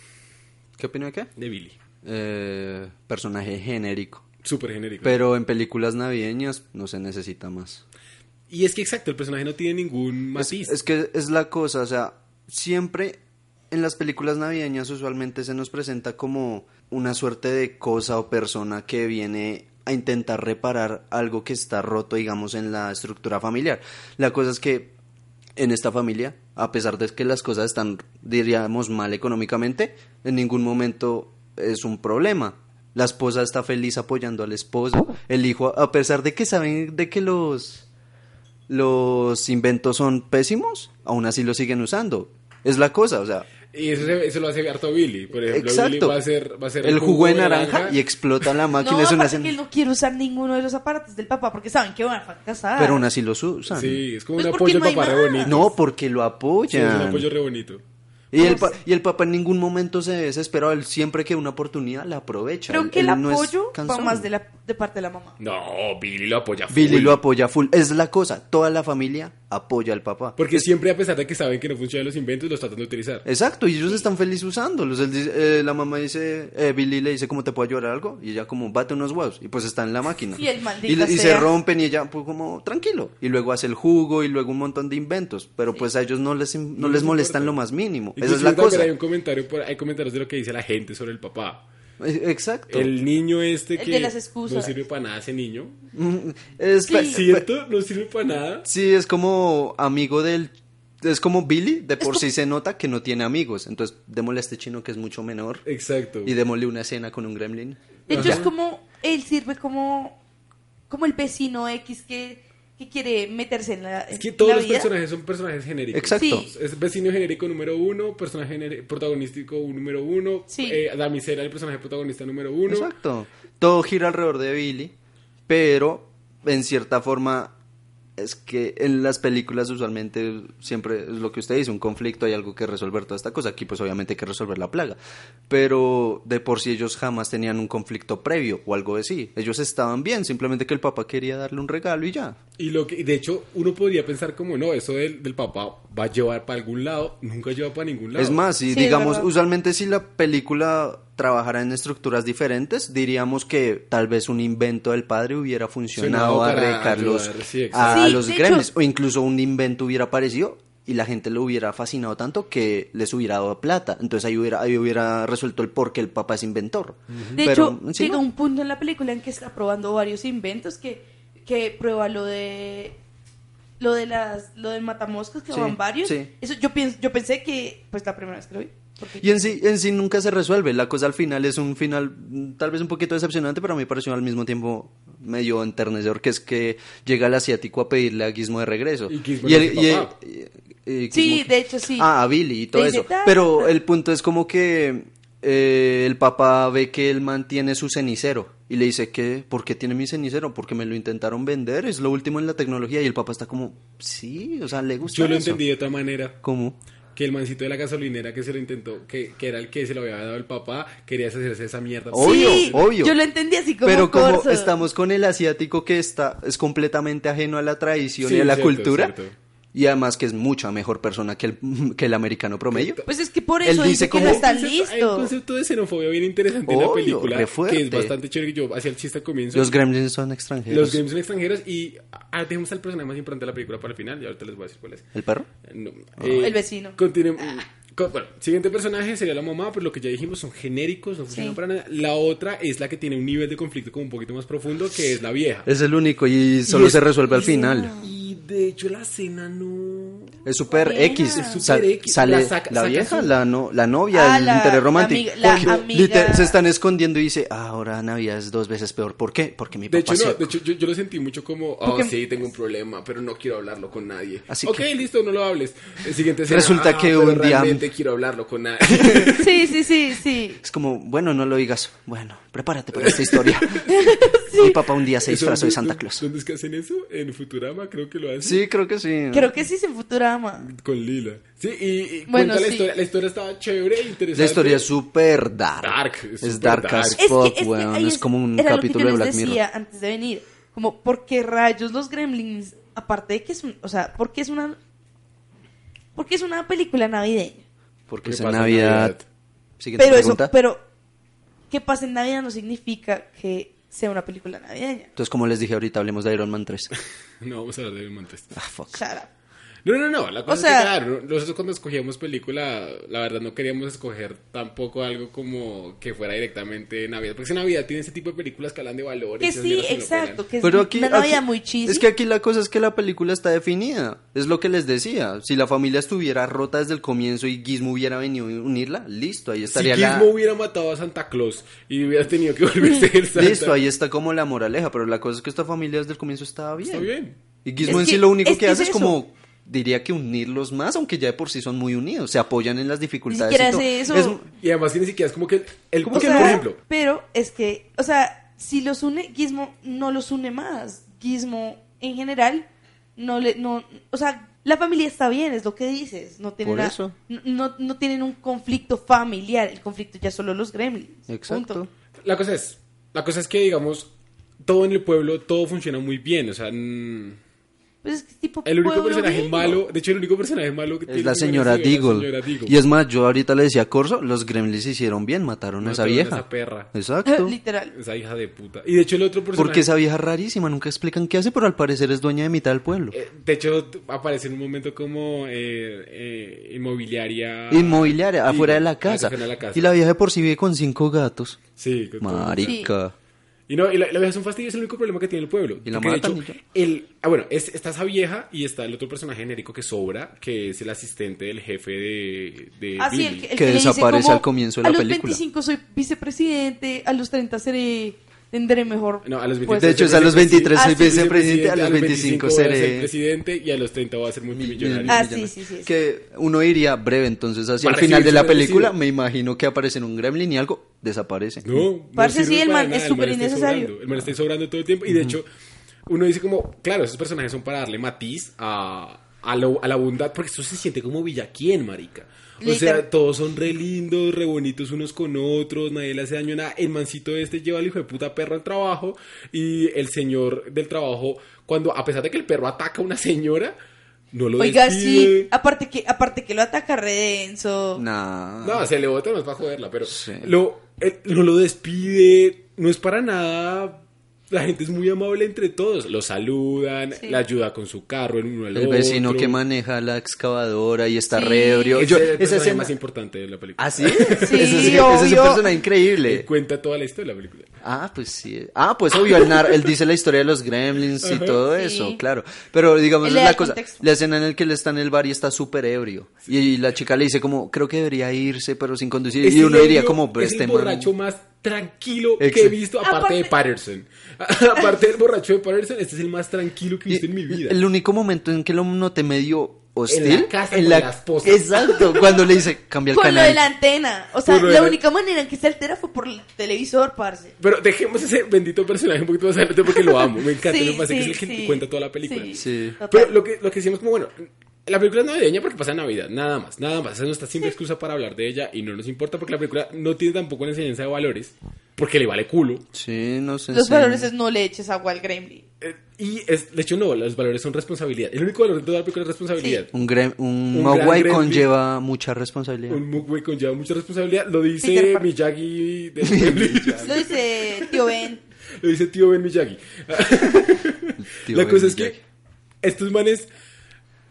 ¿Qué opina de qué?
De Billy.
Eh, personaje genérico.
Súper genérico.
Pero en películas navideñas no se necesita más.
y es que exacto, el personaje no tiene ningún
Es,
matiz.
es que es la cosa, o sea, siempre en las películas navideñas usualmente se nos presenta como una suerte de cosa o persona que viene a intentar reparar algo que está roto, digamos, en la estructura familiar. La cosa es que en esta familia, a pesar de que las cosas están, diríamos, mal económicamente, en ningún momento es un problema. La esposa está feliz apoyando al esposo, el hijo, a pesar de que saben de que los los inventos son pésimos, aún así los siguen usando. Es la cosa, o sea,
y eso, se- eso lo hace harto Billy. Por ejemplo, Billy
exacto.
va a ser, va a ser
el jugo de naranja, y explota la
No,
máquina, es una
aparte
cen-
que él no quiere usar ninguno de los aparatos del papá porque saben que van a fracasar.
pero aún así los usan.
Sí, es como
Pues
un
porque
apoyo
no hay
papá re
nada.
bonito.
No, porque lo
Sí, es un
apoyan.
apoyo re bonito.
y, el
Pues-
pa- y el papá en ningún momento se desespera, él siempre que una oportunidad la aprovecha.
Creo
Él-
que el
él no es
apoyo va
cansón.
más de, la, de parte de la mamá.
No, Billy lo apoya.
Billy
full.
lo apoya full, es la cosa, toda la familia apoya al papá.
Porque siempre, a pesar de que saben que no funcionan los inventos, los tratan de utilizar.
Exacto, y ellos están felices usándolos. Él dice- eh, la mamá dice, eh, Billy le dice, ¿cómo te puedo ayudar a algo? Y ella como, bate unos huevos. Y pues está en la máquina.
Y el maldito
y, y se
sea.
rompen y ella pues como, tranquilo. Y luego hace el jugo y luego un montón de inventos. Pero pues a ellos no les, no les
les
molestan
importa.
lo más mínimo. Esa
Inclusive
es la
también
cosa.
Hay, un comentario por- hay comentarios de lo que dice la gente sobre el papá.
Eh, Exacto.
El niño este
El
que
de las excusas.
no sirve para nada ese niño.
Mm, es-
Sí.
pe-
¿Cierto? No sirve para nada.
Sí, es como amigo del... Es como Billy, de por sí se nota que no tiene amigos. Entonces, démosle a este chino que es mucho menor
Exacto.
y démosle una cena con un gremlin.
De hecho,
Ajá.
es como él sirve como, como el vecino X que, que quiere meterse en la.
Es que
en
todos
la
los
vida.
personajes son personajes genéricos.
Exacto.
Sí.
Es vecino genérico número uno, personaje gener- protagonístico número uno,
Sí.
eh, damisela el personaje protagonista número uno.
Exacto. Todo gira alrededor de Billy, pero en cierta forma es que en las películas usualmente siempre es lo que usted dice, un conflicto, hay algo que resolver, toda esta cosa. Aquí pues obviamente hay que resolver la plaga. Pero de por sí ellos jamás tenían un conflicto previo o algo así. Ellos estaban bien, simplemente que el papá quería darle un regalo y ya.
Y lo que, de hecho, uno podría pensar como, no, eso del, del papá va a llevar para algún lado, nunca lleva para ningún lado.
Es más,
Sí,
si
es
digamos,
verdad.
usualmente si la película trabajara en estructuras diferentes, diríamos que tal vez un invento del padre hubiera funcionado
Funcionado
a
para
recarlos
ayudar, sí,
a,
exacto.
a
Sí,
los
de
gremlins,
hecho-
o incluso un invento hubiera aparecido y la gente lo hubiera fascinado tanto que les hubiera dado plata. Entonces ahí hubiera, ahí hubiera resuelto el por qué el papá es inventor.
De
Pero,
hecho,
sí,
llega
no.
un punto en la película en que está probando varios inventos que, que prueba lo de lo de las lo del matamoscas que
Sí,
van varios.
sí.
Eso yo pienso, yo pensé que pues la primera vez que lo vi. porque-
Y en sí, en sí nunca se resuelve. La cosa al final es un final mm, tal vez un poquito decepcionante, pero a mí me pareció al mismo tiempo medio enternecedor, que es que llega el asiático a pedirle a Gizmo de regreso.
Y Gizmo
el-
es el
el-
papá.
y- y
Sí,
Gizmo-
de hecho sí.
Ah, a Billy y todo
Le
eso.
dice, "Ta,
Pero
ta".
el punto es como que eh, el papá ve que él mantiene su cenicero y le dice que, ¿por qué tiene mi cenicero? Porque me lo intentaron vender, es lo último en la tecnología. Y el papá está como, sí, o sea, le gusta.
Yo lo
eso".
entendí de otra manera.
¿Cómo?
Que el mancito de la gasolinera que se lo intentó, que, que era el que se lo había dado el papá, quería deshacerse de esa mierda.
Oh, obvio,
sí,
obvio.
Yo lo entendí así como
Pero como
corso.
estamos con el asiático que está es completamente ajeno a la tradición
Sí,
y a la
cierto,
cultura
cierto.
y además que es mucha mejor persona que el, que el americano promedio.
Pues es que por
Él
eso
dice
dice, que
como-
no está
Hay un
listo.
concepto de xenofobia bien interesante en la
Obvio, re
película,
fuerte.
que es bastante chévere. Yo hacía el chiste al comienzo.
Los gremlins son extranjeros.
Los games son extranjeros y ah, dejemos al personaje más importante de la película para el final y ahorita les voy a decir cuál es.
¿El perro?
No,
Ah.
eh,
El vecino.
continu- co- bueno, siguiente personaje sería la mamá, pero lo que ya dijimos son genéricos, no funcionan
Sí.
para nada. La otra es la que tiene un nivel de conflicto como un poquito más profundo, que es la vieja.
Es el único y solo
es-
se resuelve al
y-
final.
Y de hecho la escena no...
Es super
Buena.
X.
Es
super
Sa-
X.
Sale
La
la,
saca- saca
vieja,
su-
la, no, la novia,
Ah,
el
la-
interés
la
romántico.
amiga- la
Porque
amiga.
liter- se están escondiendo y dice, "Ah, ahora Navidad es dos veces peor. ¿Por qué? Porque mi
De
papá
hecho,
se-
no, de hecho yo, yo lo sentí mucho como, oh,
Porque-
sí, tengo un problema, pero no quiero hablarlo con nadie.
Así
ok,
que-
listo, no lo hables. El siguiente escena,
Resulta
"Ah,
que
pero
un día-
Realmente quiero hablarlo con nadie.
Sí, sí, sí, sí.
Es como, bueno, no lo digas. Bueno, prepárate para esta historia. Mi papá un día se
Eso,
disfrazó de
¿dó-
Santa
dó-
Claus.
¿Dónde es que hacen eso? En Futurama creo que lo hacen.
Sí, creo que sí.
Creo que sí es en Futurama.
Con Lila. Sí, y, y cuenta
Bueno,
la
sí.
historia. La historia estaba chévere e interesante.
La historia es súper dark.
Dark,
Es,
es súper
dark,
dark.
as
Es
que-
fuck,
que
weón.
ahí
Es como un
era lo que
capítulo
yo
de Black
les decía
Mirror.
antes de venir, como, ¿por qué rayos los gremlins, aparte de que es un, o sea, ¿por qué es una, por qué es una película navideña?
Porque
¿Qué
es en
pasa en
Navidad.
Navidad?
Siguiente
Pero eso,
pregunta.
pero que pase en Navidad no significa que sea una película navideña.
Entonces, como les dije ahorita, hablemos de Iron Man 3.
No, vamos a hablar de Iron Man 3.
Ah, fuck.
O sea,
No, no, no. La cosa
sea-
es que, claro, nosotros cuando escogíamos película, la verdad no queríamos escoger tampoco algo como que fuera directamente Navidad. Porque si Navidad tiene ese tipo de películas que hablan de valores. y
que
esas
sí,
mierdas no
exacto,
pegan.
que es
Pero aquí,
una Navidad
aquí-
muy chis
Es que aquí la cosa es que la película está definida. Es lo que les decía. Si la familia estuviera rota desde el comienzo y Gizmo hubiera venido a unirla, listo, ahí
Si
estaría la.
Gizmo hubiera matado a Santa Claus y hubiera tenido que volverse el Santa.
Listo, ahí está como la moraleja. Pero la cosa es que esta familia desde el comienzo estaba bien.
Está bien.
Y Gizmo
Es
en sí
que-
lo único
es
que,
que es
hace es,
eso.
como diría que unirlos más, aunque ya de por sí son muy unidos, se apoyan en las dificultades.
siquiera
y todo.
hace eso.
Es un-
Y además que ni siquiera es como que el...
O
Porque,
sea,
por ejemplo,
Pero es que, o sea, si los une, Gizmo no los une más. Gizmo, en general, no le, no, o sea, la familia está bien, es lo que dices. No tienen,
Por
nada-
eso.
No, no- no tienen un conflicto familiar, el conflicto ya solo los gremlins.
Exacto.
punto.
La cosa es, la cosa es que digamos, todo en el pueblo, todo funciona muy bien, o sea, mm,
Pues es que es tipo
el único
pueblo
personaje
gringo.
malo, de hecho el único personaje malo que
Es
tiene
la
que
señora
ver es la
Deagle.
señora Deagle.
Y es más, yo ahorita le decía a Corso, los gremlins hicieron bien, mataron, a esa
Mataron a
vieja.
esa perra.
Exacto.
Literal.
esa hija de puta. Y de hecho el otro personaje
Porque esa vieja es rarísima, nunca explican qué hace, pero al parecer es dueña de mitad del pueblo.
eh, de hecho t- aparece en un momento como eh, eh, inmobiliaria
Inmobiliaria,
Sí,
afuera de la casa.
afuera de la casa.
Y la vieja de por sí vive con cinco gatos.
Sí, con todo.
Marica.
Y no, y la, la vieja es un fastidio, es el único problema que tiene el pueblo.
Y la
Porque, de
matan
hecho,
y ya.
el, ah, bueno, es- está esa vieja y está el otro personaje genérico que sobra, que es el asistente del jefe de, de
Así
Eh, Billy.
Ah, el, que- el
Que
le dice
desaparece
como,
al comienzo de la
A
película".
los 25 soy vicepresidente, a los 30 seré, tendré mejor.
No, a los 23.
puesto".
De hecho, es a los 23
Pues,
soy
Ah, sí,
vicepresidente, a los 25
voy a ser
seré...
presidente y a los 30 voy a ser multimillonario.
Ah, sí, sí, sí. sí.
Que uno iría breve, entonces hacia el
Para
final de
recibir
la
su
película,
merecido.
me imagino que aparecen un gremlin y algo desaparece.
No,
Parce,
no sirve
sí, el
para
man es
nada,
súper
man está
innecesario.
sobrando, El man está sobrando todo el tiempo y de hecho uno dice como, claro, esos personajes son para darle matiz a, a, lo- a la bondad porque esto se siente como villaquién, marica. O sea,
Literal.
todos son re lindos, re bonitos unos con otros, nadie le hace daño a nada. El mancito este lleva al hijo de puta perro al trabajo y el señor del trabajo, cuando a pesar de que el perro ataca a una señora, no lo
Oiga,
despide.
sí, aparte que, aparte que lo ataca redenso.
Nah.
No, se le vota no es para joderla, pero
Sí.
lo, eh, no lo despide, no es para nada la gente es muy amable entre todos. Los saludan,
Sí.
la ayuda con su carro, el uno al
El
otro.
vecino que maneja la excavadora y está
Sí.
re ebrio.
Ese
Ese
Yo-
es el
esa
personaje
escena-
más importante de la película.
¿Ah, sí? Ese es- ese es
obvio.
un
Que
personaje increíble.
cuenta toda la historia de la película.
Ah, pues sí. Ah, pues obvio, el nar- él dice la historia de los gremlins y todo
Sí.
eso, claro. Pero digamos,
Él le da
es la
el
cosa,
contexto.
la escena en el que él está en el bar y está súper ebrio. Y, la chica le dice como, creo que debería irse, pero sin conducir.
Es
y uno
el
diría
ebrio-
como,
es
este
el
man-
borracho más tranquilo que he
Exacto.
visto, aparte de
Aparte-
Patterson. aparte del borracho de Patterson, este es el más tranquilo que he
Y-
visto en mi vida.
El único momento en que lo noté medio hostil.
En la casa con la esposa.
Exacto, cuando le dice, cambia el
Por lo
canal.
de la antena. O sea,
Por lo de
la
la-
única manera en que se altera fue por el televisor, parce.
Pero dejemos ese bendito personaje un poquito más adelante porque lo amo. Me encanta,
Sí,
me parece
sí,
que es el que
sí.
cuenta toda la película.
Sí.
Sí.
Total.
Pero lo que, lo que decíamos como, bueno, la película es navideña porque pasa en Navidad, nada más, nada más. Esa es nuestra simple excusa para hablar de ella y no nos importa porque la película no tiene tampoco una enseñanza de valores, porque le vale culo.
Sí, no sé.
Los
sí.
valores es no le eches agua al gremlin.
Eh, y es, de hecho no, los valores son responsabilidad. El único valor de toda la película es responsabilidad.
Un, grem, un,
Un gran
Mogwai
gremlin.
conlleva mucha responsabilidad.
Un Mugway conlleva mucha responsabilidad. Lo dice
Peter Pan.
Miyagi. de-
Lo dice tío Ben.
lo dice tío Ben Miyagi.
Tío,
la
ven,
cosa es
ya.
que estos manes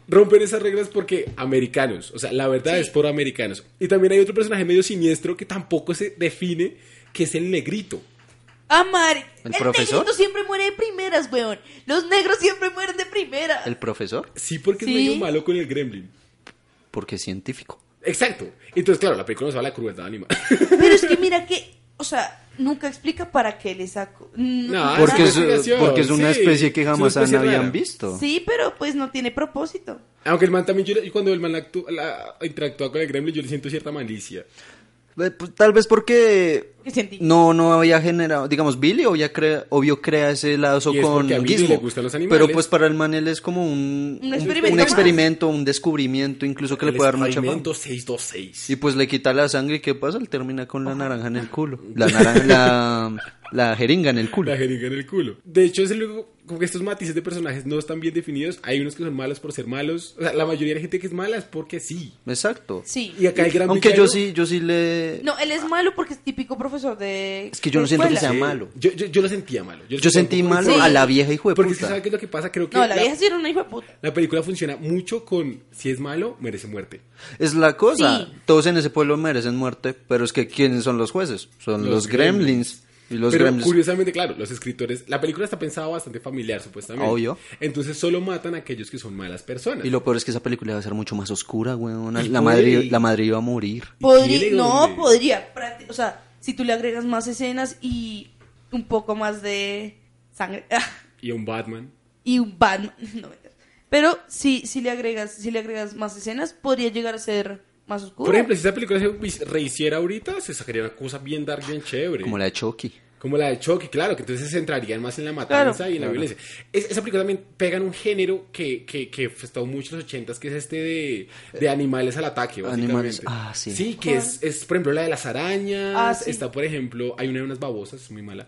rompen esas reglas porque americanos, o sea, la verdad
Sí.
es por americanos. Y también hay otro personaje medio siniestro que tampoco se define, que es el negrito.
Amar.
¿El profesor?
Ah, negrito siempre muere de primeras, weón. Los negros siempre mueren de primeras.
¿El profesor?
Sí, porque
Sí.
es medio malo con el gremlin.
Porque es científico.
Exacto. Entonces, claro, la película nos habla de la crueldad animal.
Pero es que mira que, o sea, nunca explica para qué le saco. Mm,
No, Ah,
No,
porque,
es
es,
investigación,
porque es una
sí.
especie que
Es una
jamás
especie
habían
rara.
visto.
Sí, pero pues no tiene propósito.
Aunque el man también llora, y cuando el man actú- la- interactúa con el gremlin, yo le siento cierta malicia.
Eh, pues, Tal vez porque
Que sentí.
no no había generado, digamos, Billy obvio crea, obvio crea ese lazo
Y es
con
porque a Billy
Gizmo.
le gustan los animales.
pero pues para el man él es como un,
Un experimento
un
más.
experimento, un descubrimiento, incluso que le
El
puede dar mucha fama.
experimento 626.
Y pues le quita la sangre y ¿qué pasa? Él termina con la naranja en el culo. La naranja, la, la jeringa en el culo.
La jeringa en el culo. De hecho, es el único- como que estos matices de personajes no están bien definidos. Hay unos que son malos por ser malos. O sea, la mayoría de la gente que es mala es porque sí.
Exacto.
Sí.
Y acá el gran
Aunque
villano-
yo sí, yo sí le...
No, él es malo porque es típico profesor de.
Es que yo no
de
siento que
escuela.
sea malo.
Yo, yo, yo lo sentía malo. lo
Yo sentí
un poco
malo
de-
a la vieja hijo de
Porque es que,
puta.
¿sabes qué es lo que pasa? Creo que
No, la vieja sí era una hija de puta.
la película funciona mucho con si es malo, merece muerte.
Es la cosa.
Sí.
Todos en ese pueblo merecen muerte, pero es que ¿quiénes son los jueces? Son
Los
los, gremlins. Y los
Pero
gremlins.
curiosamente, claro, los escritores... La película está pensada bastante familiar, supuestamente.
Obvio.
Entonces solo matan a aquellos que son malas personas.
Y lo peor es que esa película va a ser mucho más oscura, weón.
Y
La
puede-
madre, la madre iba a morir.
¿Y
Podría-
tiene dónde?
no, podría. prácti- O sea, si tú le agregas más escenas y un poco más de sangre.
Y a un Batman.
y un Batman. No, mentira. pero si, si, le agregas, si le agregas más escenas, podría llegar a ser más oscuro.
Por ejemplo, si esa película se rehiciera ahorita, se sacaría una cosa bien dark, bien chévere.
Como la de Chucky.
Como la de Chucky, claro, que entonces se centrarían más en la matanza
Claro.
y en la violencia. Es- esa película también pega en un género que, que, que fue estado mucho en los ochentas, que es este de, de animales al ataque, básicamente.
Animales, ah, sí.
Sí, que es, es, por ejemplo, la de las arañas.
Ah, sí.
Está, por ejemplo, hay una de unas babosas, muy mala.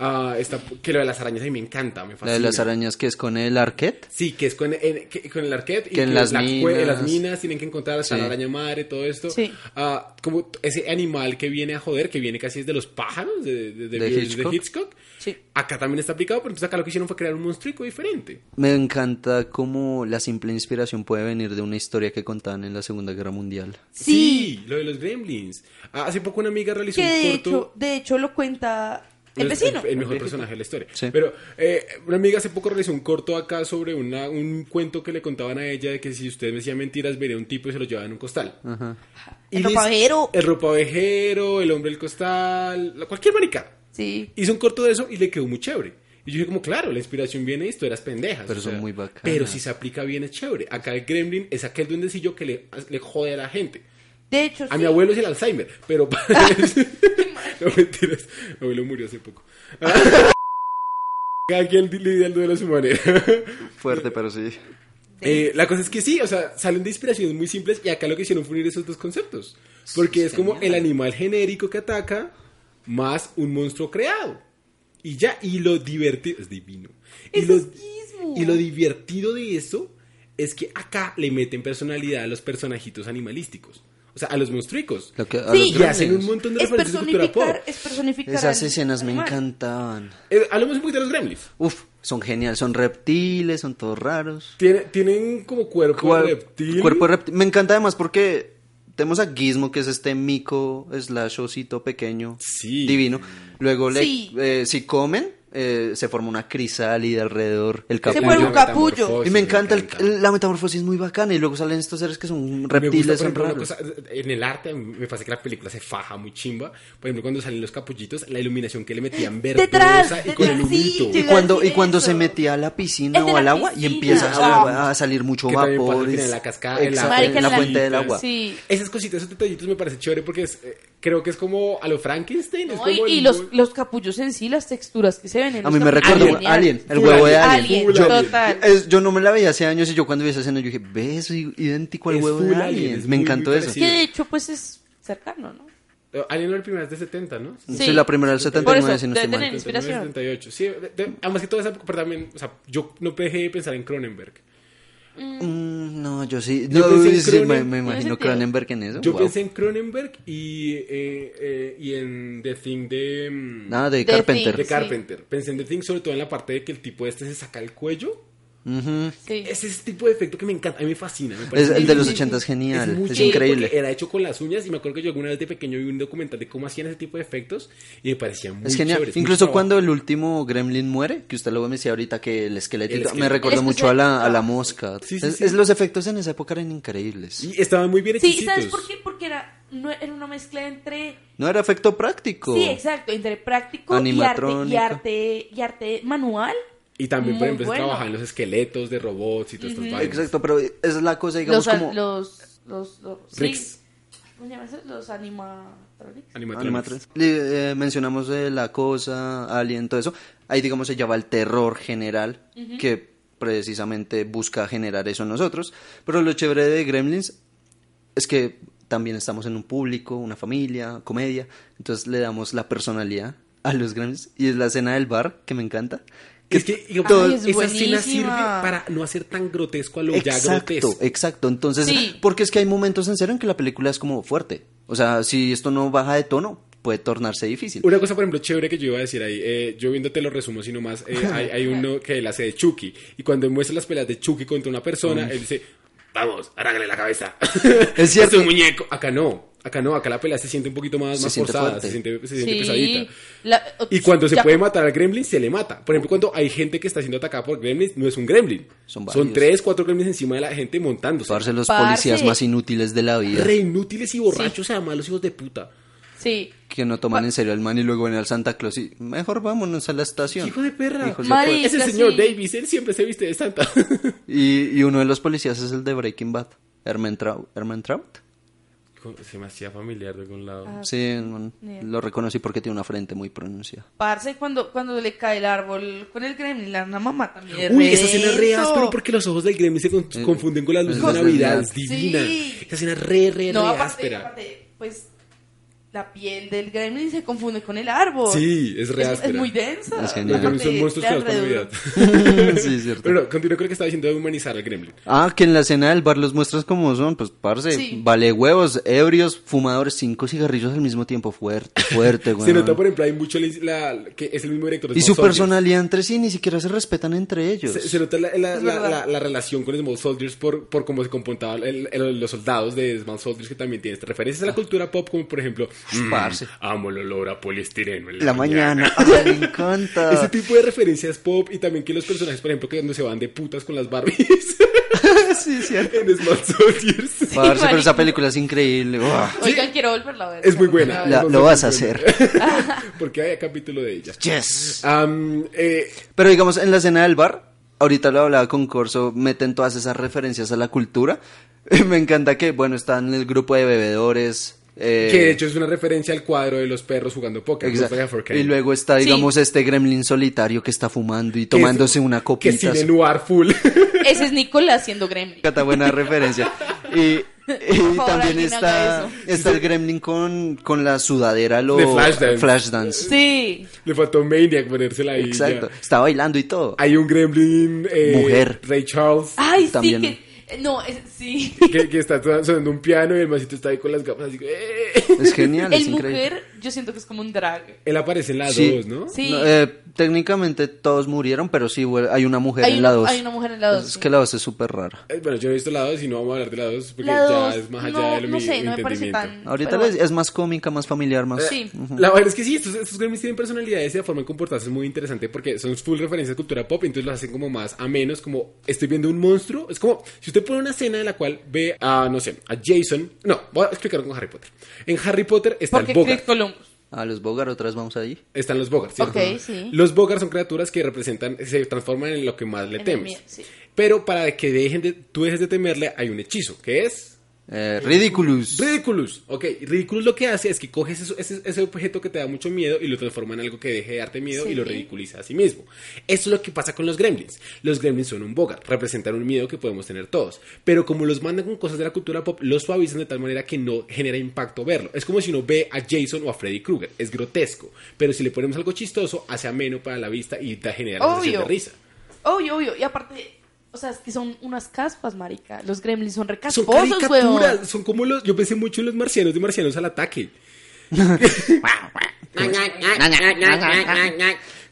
Ah, está, que lo de las arañas a mí me encanta, me
La
fascina.
de las arañas que es con el Arquette.
Sí, que es con, en- que- con el arquete y
Que en las
la cue-
minas.
en las minas tienen que encontrar hasta
Sí.
la araña madre, todo esto.
Sí.
Ah, como t- ese animal que viene a joder, que viene casi es de los pájaros de, de- de-
De
de
Hitchcock.
Hitchcock.
Sí.
Acá también está aplicado, pero entonces acá lo que hicieron fue crear un monstruo diferente.
Me encanta cómo la simple inspiración puede venir de una historia que contaban en la Segunda Guerra Mundial.
Sí.
lo de los gremlins. Ah, hace poco una amiga realizó
Que de
un corto.
hecho, de hecho lo cuenta el
El-
vecino.
El, el mejor personaje de la historia.
Sí.
Pero eh, una amiga hace poco realizó un corto acá sobre una, un cuento que le contaban a ella de que si usted me decía mentiras, vería un tipo y se lo llevaba en un costal.
Ajá.
El
dice- eh,
ropavejero.
El ropavejero, el hombre del costal, la- cualquier marica.
Sí.
Hizo un corto de eso y le quedó muy chévere. Y yo dije como, claro, la inspiración viene de historias pendejas.
Pero
o
son
sea,
muy bacanas.
Pero si se aplica bien es chévere. Acá el gremlin es aquel duendecillo que le, le jode a la gente.
De hecho,
A
sí.
mi abuelo es el Alzheimer, pero... no, mentiras. Mi abuelo murió hace poco. Cada quien lidia el duelo a su manera.
Fuerte, pero sí.
Eh, la cosa es que sí, o sea, salen de inspiraciones muy simples y acá lo que hicieron fue unir esos dos conceptos. Porque es como el animal genérico que ataca más un monstruo creado. Y ya, y lo divertido, es divino. Y
Eso
lo,
es guismo.
y lo divertido de eso es que acá le meten personalidad a los personajitos animalísticos. O O sea, a los monstruicos.
Lo que- a
Sí.
los
Y hacen un
gremlins.
montón de
Es
referencias de cultura pop.
personificar, es personificar.
Esas
al
escenas me
animal.
encantaban.
Eh, hablemos un poquito de los gremlins.
Uf, son geniales, son reptiles, son todos raros.
Tiene- tienen como cuerpo
Cuer-
reptil.
Cuerpo de reptil. Me encanta además porque tenemos a Gizmo, que es este mico slash osito pequeño.
Sí.
Divino. Luego, le,
Sí.
eh, si comen, eh, se forma una crisálida alrededor, el
Se
capullo.
vuelve un
La
capullo.
metamorfosis,
Y me encanta, el- la metamorfosis es muy bacana. Y luego salen estos seres que son
Me gusta,
reptiles,
por
son
ejemplo, una
raros.
cosa, en el arte me parece que la película se faja muy chimba. Por ejemplo, cuando salen los capullitos, la iluminación que le metían verdosa
Detrás,
y con el
detrás, sí,
humito.
te
Y
iba a
cuando, y
decir
cuando se
eso.
metía a la piscina
El de
o
la
al agua y
piscina.
empieza a,
Ah.
a salir mucho
Que también pasa al
vapor.
final
es-
en la cascada, en la-
Exacto,
Marica,
en la
la-
fuente del agua.
Sí.
Esas cositas, esos detallitos me parece chévere porque es, eh, creo que es como a lo Frankenstein. es
No, y,
como
y
el-
los, los capullos en sí, las texturas que se ven en
A
los
mí me
capullos.
recuerda
Alien.
Alien, el huevo de Alien.
Full
Alien,
Alien.
total.
Es- yo no me la veía hace años y yo cuando vi esa escena yo dije, ¿ves? Idéntico al
Es
huevo
full
de
Alien,
Alien.
es
me
muy,
encantó
muy
eso.
parecido.
Que de hecho, pues es cercano, ¿no?
Eh, Alien era el primer de 70, ¿no?
Sí, la primera del
Por eso,
79, si no
debe
estoy mal.
tener inspiración.
78. Sí, de- de- además que toda esa época también, o sea, yo no dejé de pensar en Cronenberg.
Mm, no, yo sí.
Yo
no,
pensé en
sí,
Cronen-
me, me
¿Tiene
imagino
sentido?
Cronenberg en
Oh,
eso.
Yo
wow.
pensé en Cronenberg y, eh, eh, y en The Thing de, mm,
Nada, de
The
Carpenter.
de
sí.
Carpenter. Pensé en The Thing sobre todo en la parte de que el tipo este se saca el cuello.
Ujú.
Sí.
Es ese tipo de efecto que me encanta, a mí me fascina. me
Es
parece
el
muy
de los
lindo.
80 es genial.
muy
Es,
chévere
increíble.
porque Era hecho con las uñas y me acuerdo que yo alguna vez de pequeño vi un documental de cómo hacían ese tipo de efectos y me parecía muy
Es genial.
chévere, es mucho
Incluso
trabajo.
cuando el último gremlin muere, que usted luego me decía ahorita que el
El
esqueletito
esqueleto.
me recordó
El
mucho a la, a la
esqueleto.
mosca.
Sí, sí,
es,
sí.
es los efectos en esa época eran increíbles.
Y estaban muy bien
Sí,
hechicitos.
¿sabes por qué? Porque era, no, era una mezcla entre...
No era efecto práctico.
Sí, exacto, entre práctico y arte, y
Animatrónica.
arte, y arte manual.
Y también, por
Muy
ejemplo, se
bueno.
trabajaban los esqueletos de robots y todas estas vainas.
Exacto, pero esa es la cosa, digamos,
Los, a-
como
los, los, los, sí.
Ricks.
¿Cómo se llama eso? Los animatronics.
Animatronics.
Animatronics. Le- eh, mencionamos de la cosa, Alien, todo eso. Ahí, digamos, se llama el terror general, que precisamente busca generar eso en nosotros. Pero lo chévere de Gremlins es que también estamos en un público, una familia, comedia. Entonces le damos la personalidad a los Gremlins. Y es la escena del bar, que me encanta.
Es que digamos,
todo-
Ay, es
esa escena sirve
buenísima.
para no hacer tan grotesco a lo ya
Exacto,
grotesco.
exacto. Entonces,
Sí.
porque es que hay momentos en serio en que la película es como fuerte. O sea, si esto no baja de tono, puede tornarse difícil.
Una cosa, por ejemplo, chévere que yo iba a decir ahí, eh, yo viéndote lo resumo así nomás, eh, hay, hay uno que él hace de Chucky, y cuando muestra las peleas de Chucky contra una persona, él dice, vamos, arrágale la cabeza.
Es cierto.
un muñeco. Acá no, acá no, acá la pelea se siente un poquito más,
Se
más
siente
forzada,
fuerte.
se siente, se siente pesadita.
La-
Y cuando se
ya-
puede matar al gremlin, se le mata. Por ejemplo, cuando hay gente que está siendo atacada por gremlins, no es un gremlin.
Son
Son,
varios.
tres, cuatro gremlins encima de la gente montándose.
Parce, los
Parce.
policías más inútiles de la vida
Re inútiles y borrachos, además, los hijos de puta.
Sí.
que no toman en serio al man y luego ven al Santa Claus y mejor vámonos a la estación.
Hijo de perra.
Hijos de
Mari-
puta.
Ese
Marica,
señor
sí.
Davis, él siempre se viste de santa.
Y, y uno de los policías es el de Breaking Bad, Hermentraut. ¿Hermentraut?
se me hacía familiar de algún lado.
Ah,
Sí, un-
Yeah.
lo reconocí porque tiene una frente muy pronunciada.
Parce, cuando, cuando le cae el árbol con el gremlin, la una mamá también. es
Uy,
re
esa escena es re
denso.
áspero porque los ojos del gremlin se con- confunden Eh, con las luces de
Con-
Navidad. Es
Sí.
divina. Esa escena es re, re,
No,
re
aparte,
áspera.
aparte, pues la piel del gremlin se confunde con el árbol.
Sí, es re
Es-
áspera.
Es, muy densa.
Es
Los
genial.
gremlins son
Aparte,
monstruos que
le dan
nos dan
re
Navidad.
duro.
sí, es cierto.
Pero continúo, creo que estaba diciendo de humanizar al gremlin.
Ah, que en la escena del bar los muestras como son, pues parce,
Sí.
vale huevos, ebrios, fumadores, cinco cigarrillos al mismo tiempo, fuerte, fuerte, güey.
Se nota, por ejemplo, hay mucho la, la- que es el mismo director. de
Y su
Small Soldiers.
personalidad entre sí ni siquiera se respetan entre ellos.
Se, se nota la, la-
Es
la-
verdad.
la- la relación con Small Soldiers por, por cómo se comportaban el- el- los soldados de Small Soldiers que también tienen estas referencias a la cultura pop, como por ejemplo, "Mm,
Ah. parce.
amo el olor a poliestireno. en
la mañana, Ay, me encanta.
Ese tipo de referencias pop y también que los personajes, por ejemplo, que cuando se van de putas con las Barbies
sí, cierto.
en Small Soldiers.
Parce, pero esa
marica.
película es increíble. Uah.
Oigan, quiero volverla a ver.
Es muy buena.
Quiero volverla
La-
Eso
lo
fue
vas a
muy
hacer.
Porque hay capítulo de ellas.
Yes.
Am, eh,
Pero digamos, en la escena del bar, ahorita lo hablaba con Corso, meten todas esas referencias a la cultura. Me encanta que, bueno, están el grupo de bebedores. eh,
que de hecho es una referencia al cuadro de los perros jugando póker.
exacto.
Don't Forget
Y luego está,
Sí.
digamos, este gremlin solitario que está fumando y
Que es-
tomándose una copita.
Que cine noir full.
ver. Ese es Nicolás siendo gremlin.
Cata, buena referencia. Y, y
Por favor,
también
alguien haga
está, está el gremlin con, con la sudadera, lo,
De Flashdance.
Flashdance.
Sí.
Le faltó Maniac ponérsela ahí. ya.
Exacto. Está bailando y todo.
Hay un gremlin. eh,
Mujer.
Ray Charles.
Ay,
También.
sí, que No, es- sí.
que, que está to- sonando un piano y el masito está ahí con las gafas así. ¡eh!
Es genial, es
El
increíble.
mujer, yo siento que es como un drag.
Él aparece en la
Sí.
2, ¿no?
Sí.
No, eh, técnicamente todos murieron, pero sí bueno, hay una mujer
Hay
en
una-
la 2.
hay una mujer en la dos,
Es
sí.
que la 2 es súper rara.
Eh, Bueno, yo no he visto la 2 y no vamos a hablar de la 2 porque
La
ya
dos,
es más allá
no,
de lo
no
mi-
sé,
mi
no me parece
entendimiento.
tan-
Ahorita
Pero
les-
bueno.
es más cómica, más familiar, más...
Sí.
La verdad es que sí, estos, estos Grammys tienen personalidad y la forma de comportarse es muy interesante porque son full referencias a cultura pop, entonces los hacen como más a menos, como estoy viendo un monstruo. Es como si usted pone una escena en la cual ve a, no sé, a Jason. No, voy a explicarlo con Harry Potter. En Harry Potter está
Porque
el Bogart.
Chris Columbus.
A los Bogart, otras vamos ahí.
Están los Bogart, ¿cierto?
Ok, sí.
Los Bogart son criaturas que representan, se transforman en lo que más le
En el
temes.
miedo, sí.
Pero para que dejen de, tú dejes de temerle, hay un hechizo, que es...
Eh, Ridiculous.
Ridiculous, ok. Ridiculous lo que hace es que coges eso- ese, ese objeto que te da mucho miedo y lo transforma en algo que deje de darte miedo
Sí.
y lo ridiculiza a sí mismo. Eso es lo que pasa con los gremlins. Los gremlins son un boga, representan un miedo que podemos tener todos. Pero como los mandan con cosas de la cultura pop, los suavizan de tal manera que no genera impacto verlo. Es como si uno ve a Jason o a Freddy Krueger, es grotesco. Pero si le ponemos algo chistoso, hace ameno para la vista y da genera la sensación
Obvio.
de risa.
Obvio, obvio. Y aparte, o sea, es que son unas caspas, marica. Los gremlins son
Son
recasposos, weón.
caricaturas, son como los. Yo pensé mucho en los marcianos de marcianos al ataque.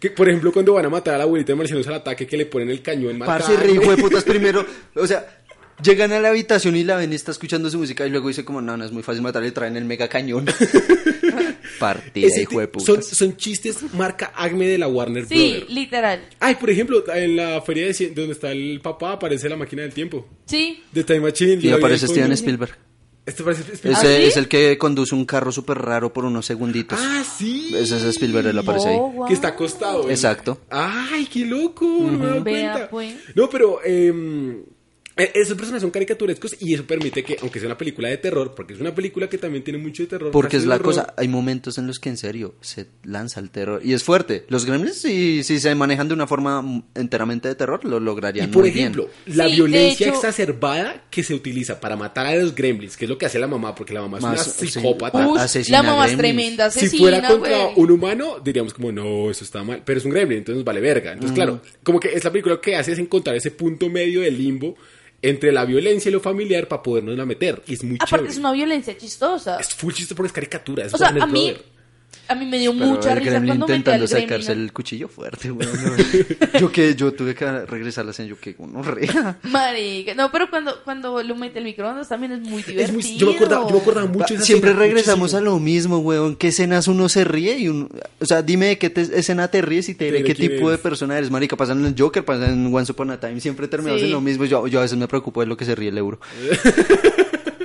Que, por ejemplo, cuando van a matar a la abuelita de Marcianos al ataque, que le ponen el cañón más
Parce, re hijo de putas primero. O sea, llegan a la habitación y la ven y está escuchando su música y luego dice como, no, no, es muy fácil matarle, traen el mega cañón. Partida,
Ese
hijo de
ti-
putas.
son, son chistes marca Acme de la Warner
Sí,
Brother.
literal.
Ay, por ejemplo, en la feria de cien- donde está el papá aparece la máquina del tiempo.
Sí.
De Time Machine. yo
Y
la vi
aparece
ahí con-
Steven Spielberg.
Este parece Spielberg.
¿Ah,
Ese
sí?
es el que conduce un carro súper raro por unos segunditos.
Ah, sí.
Ese es Spielberg, él aparece ahí.
Oh, guau.
Que está acostado. ¿eh?
Exacto.
Ay, qué loco. No me he dado
Vea,
cuenta.
pues.
No, pero eh, eh, esos personajes son caricaturescos y eso permite que, aunque sea una película de terror, porque es una película que también tiene mucho de terror.
Porque
casi
es la
de horror,
cosa, hay momentos en los que en serio se lanza el terror. Y es fuerte. Los gremlins, si, si se manejan de una forma mm, enteramente de terror, lo
Y
lograrían.
por
muy bien.
ejemplo, la
Sí, de
violencia
hecho-
exacerbada que se utiliza para matar a los gremlins, que es lo que hace la mamá, porque la mamá
Más,
es
sí.
una psicópata.
Ah,
Ush,
asesina
la mamá es
gremlins.
tremenda asesina,
si fuera contra
güey.
un humano, diríamos como, no, eso está mal, pero es un gremlin, entonces vale verga. Entonces, claro, como que es la película que hace es encontrar ese punto medio del limbo entre la violencia y lo familiar para podernos la meter. Y es muy
Aparte,
chévere.
es
Es,
una violencia chistosa.
full chiste por las caricaturas.
O sea, a mí, a mí me dio
Pero
mucha
el
risa
gremlin
cuando metí al
intentando
gremlin.
sacarse el cuchillo fuerte, weón, no. yo que yo tuve que regresar a la escena, yo que uno rea.
Marica, no, pero cuando, cuando lo mete el microondas también es muy divertido.
es muy, yo, me acordaba, yo me acordaba mucho de esa
Siempre
escena,
regresamos
muchísimo.
a lo mismo, weón. ¿Qué escenas uno se ríe? y uno- O sea, dime de qué te- escena te ríes y te diré
Pero
qué
¿quién
tipo de
eres?
persona eres. Marica, pasan en el Joker, pasan en Once Upon a Time. Siempre terminamos
Sí.
en lo mismo. Yo, yo a veces me preocupo de lo que se ríe el euro.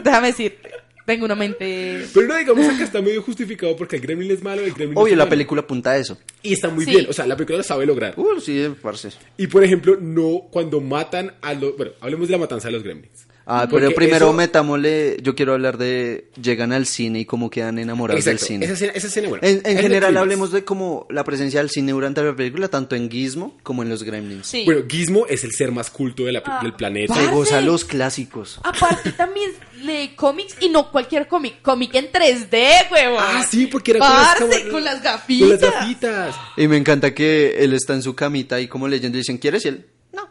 Déjame decirte, tengo una mente...
Pero no digamos acá está medio justificado porque el gremlin es malo, el gremlin es
Obvio, la
humano.
película apunta a eso.
Y está muy
Sí.
bien, o sea, la película lo sabe lograr.
Uh, sí, parce.
Y por ejemplo, no cuando matan a los. Bueno, hablemos de la matanza de los gremlins.
Ah,
Porque
pero primero
eso-
metámosle, yo quiero hablar de llegan al cine y cómo quedan enamorados del
Exacto,
cine.
Esa escena, esa escena, bueno.
En, en
es el
general
clímax.
hablemos de como la presencia del cine durante la película, tanto en Gizmo como en los Gremlins.
Sí.
Bueno, Gizmo es el ser más culto de la-
Ah.
del planeta.
Se
Parce.
goza los clásicos.
Aparte también lee cómics y no cualquier cómic, cómic en 3D, huevón.
Ah, sí, porque era
Parce,
con las, cámaras-
con las
Con
gafitas.
las gafitas.
Y me encanta que él está en su camita y como leyendo dicen, ¿quieres? Y él, no.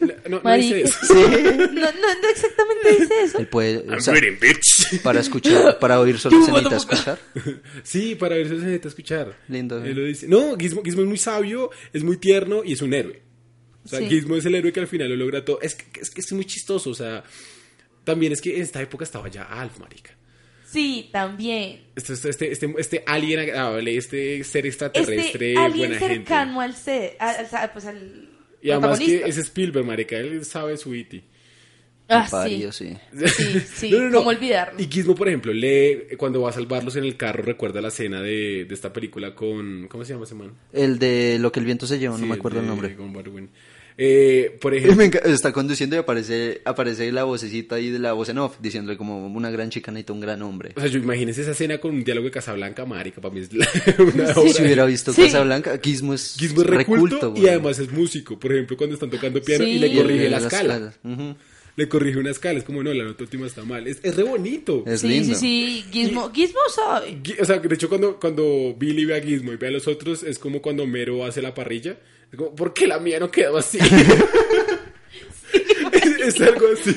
No, no
Marica.
dice eso.
No, no, no exactamente dice eso.
Él puede, o
I'm
sea,
reading, bitch.
para escuchar, para oír solo
You
se necesita
motherfucker.
escuchar.
Sí, para ver si se necesita escuchar.
Lindo,
Él
eh.
lo dice. No, Gizmo, Gizmo es muy sabio, es muy tierno y es un héroe. O sea,
Sí.
Gizmo es el héroe que al final lo logra todo. Es que es, que es muy chistoso, o sea. También es que en esta época estaba ya Alf, marica.
Sí, también.
Este, este, este, este, este alien agradable, este ser extraterrestre,
Este alguien
buena gente.
cercano al C, al, al- pues al
Y además que
protagonista.
es Spielberg, marica, él sabe su E iti.
Ah, sí.
Parió, sí.
Sí, sí, cómo olvidarlo.
Y Gizmo, por ejemplo, lee, cuando va a salvarlos en el carro, recuerda la escena de, de esta película con... ¿Cómo se llama ese man?
El de lo que el viento se llevó,
Sí,
no me acuerdo el
de-
nombre.
con Baldwin. Eh, por
Y
ejemplo...
me enca- está conduciendo y aparece, aparece la vocecita ahí de la voz en off, diciéndole como una gran chica necesita un gran hombre.
O sea, yo imagínense esa escena con un diálogo de Casablanca, marica, para mí es la- una obra.
Si hubiera visto
Sí.
Casablanca, Gizmo es,
Gizmo es reculto
reculto,
y
güey.
además es músico. Por ejemplo, cuando están tocando piano y
Sí.
le
Y él
corrige
le-
la,
las
escala.
escalas, ujú.
Le corrige una escala. Es como, no, la nota última está mal. Es, es re bonito.
Es
sí,
lindo.
sí, sí, Gizmo, Gizmo sabe.
Gui- O sea, de hecho, cuando, cuando Billy ve a Gizmo y ve a los otros, es como cuando Mero hace la parrilla. Es como, ¿por qué la mía no quedó así? es, es algo así.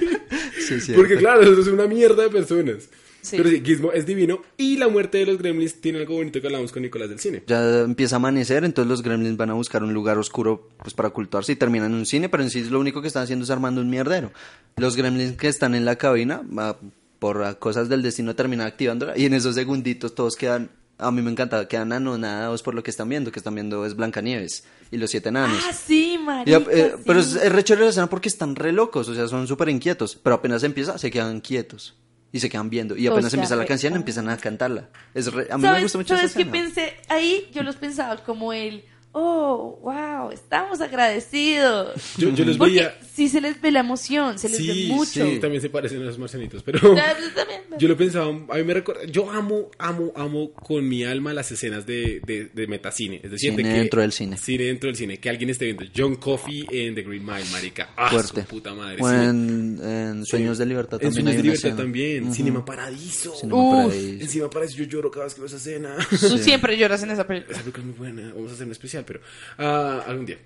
Sí, cierto.
Porque claro, eso es una mierda de personas.
Sí.
Pero sí, Gizmo es divino y la muerte de los gremlins tiene algo bonito que hablamos con Nicolás del cine.
Ya empieza a amanecer, entonces los gremlins van a buscar un lugar oscuro pues para ocultarse y terminan en un cine, pero en sí lo único que están haciendo es armando un mierdero. Los gremlins que están en la cabina, ah, por ah, cosas del destino, terminan activándola y en esos segunditos todos quedan, a mí me encanta, quedan anonadados por lo que están viendo, que están viendo es Blancanieves y los siete enanos.
Ah, sí,
Y,
marica,
ah, eh,
sí.
Pero es, es re chévere la escena porque están re locos, o sea, son súper inquietos, pero apenas empieza se quedan quietos. Y se quedan viendo. Y
O
apenas
sea,
empieza la
re-
canción, empiezan a cantarla. Es re- a mí
¿Sabes,
me gusta mucho esa
¿sabes qué
escena.
pensé? Ahí yo los pensaba como el, oh, wow, estamos agradecidos.
Yo, yo les
Porque
veía.
sí se les ve la emoción, se les
Sí,
ve mucho.
sí, también se parecen a los marcianitos, pero
Claro, también.
yo lo pensaba, a mí me recuerda, yo amo, amo, amo con mi alma las escenas de, de, de metacine, es decir, de
Cine
que-
dentro del cine.
Cine dentro del cine, que alguien esté viendo John Coffey en The Green Mile, marica, ah, su
fuerte.
puta madre.
O
sí.
en, en Sueños de Libertad
En
también.
Sueños
hay
de
una
Libertad
escena.
también. Cinema Paradiso.
Cinema
Uf.
Paradise.
Encima Paradiso, yo lloro cada vez que veo esa escena.
Tú siempre lloras en esa película.
Esa película es muy buena. Vamos a hacer un especial, pero ah, algún día.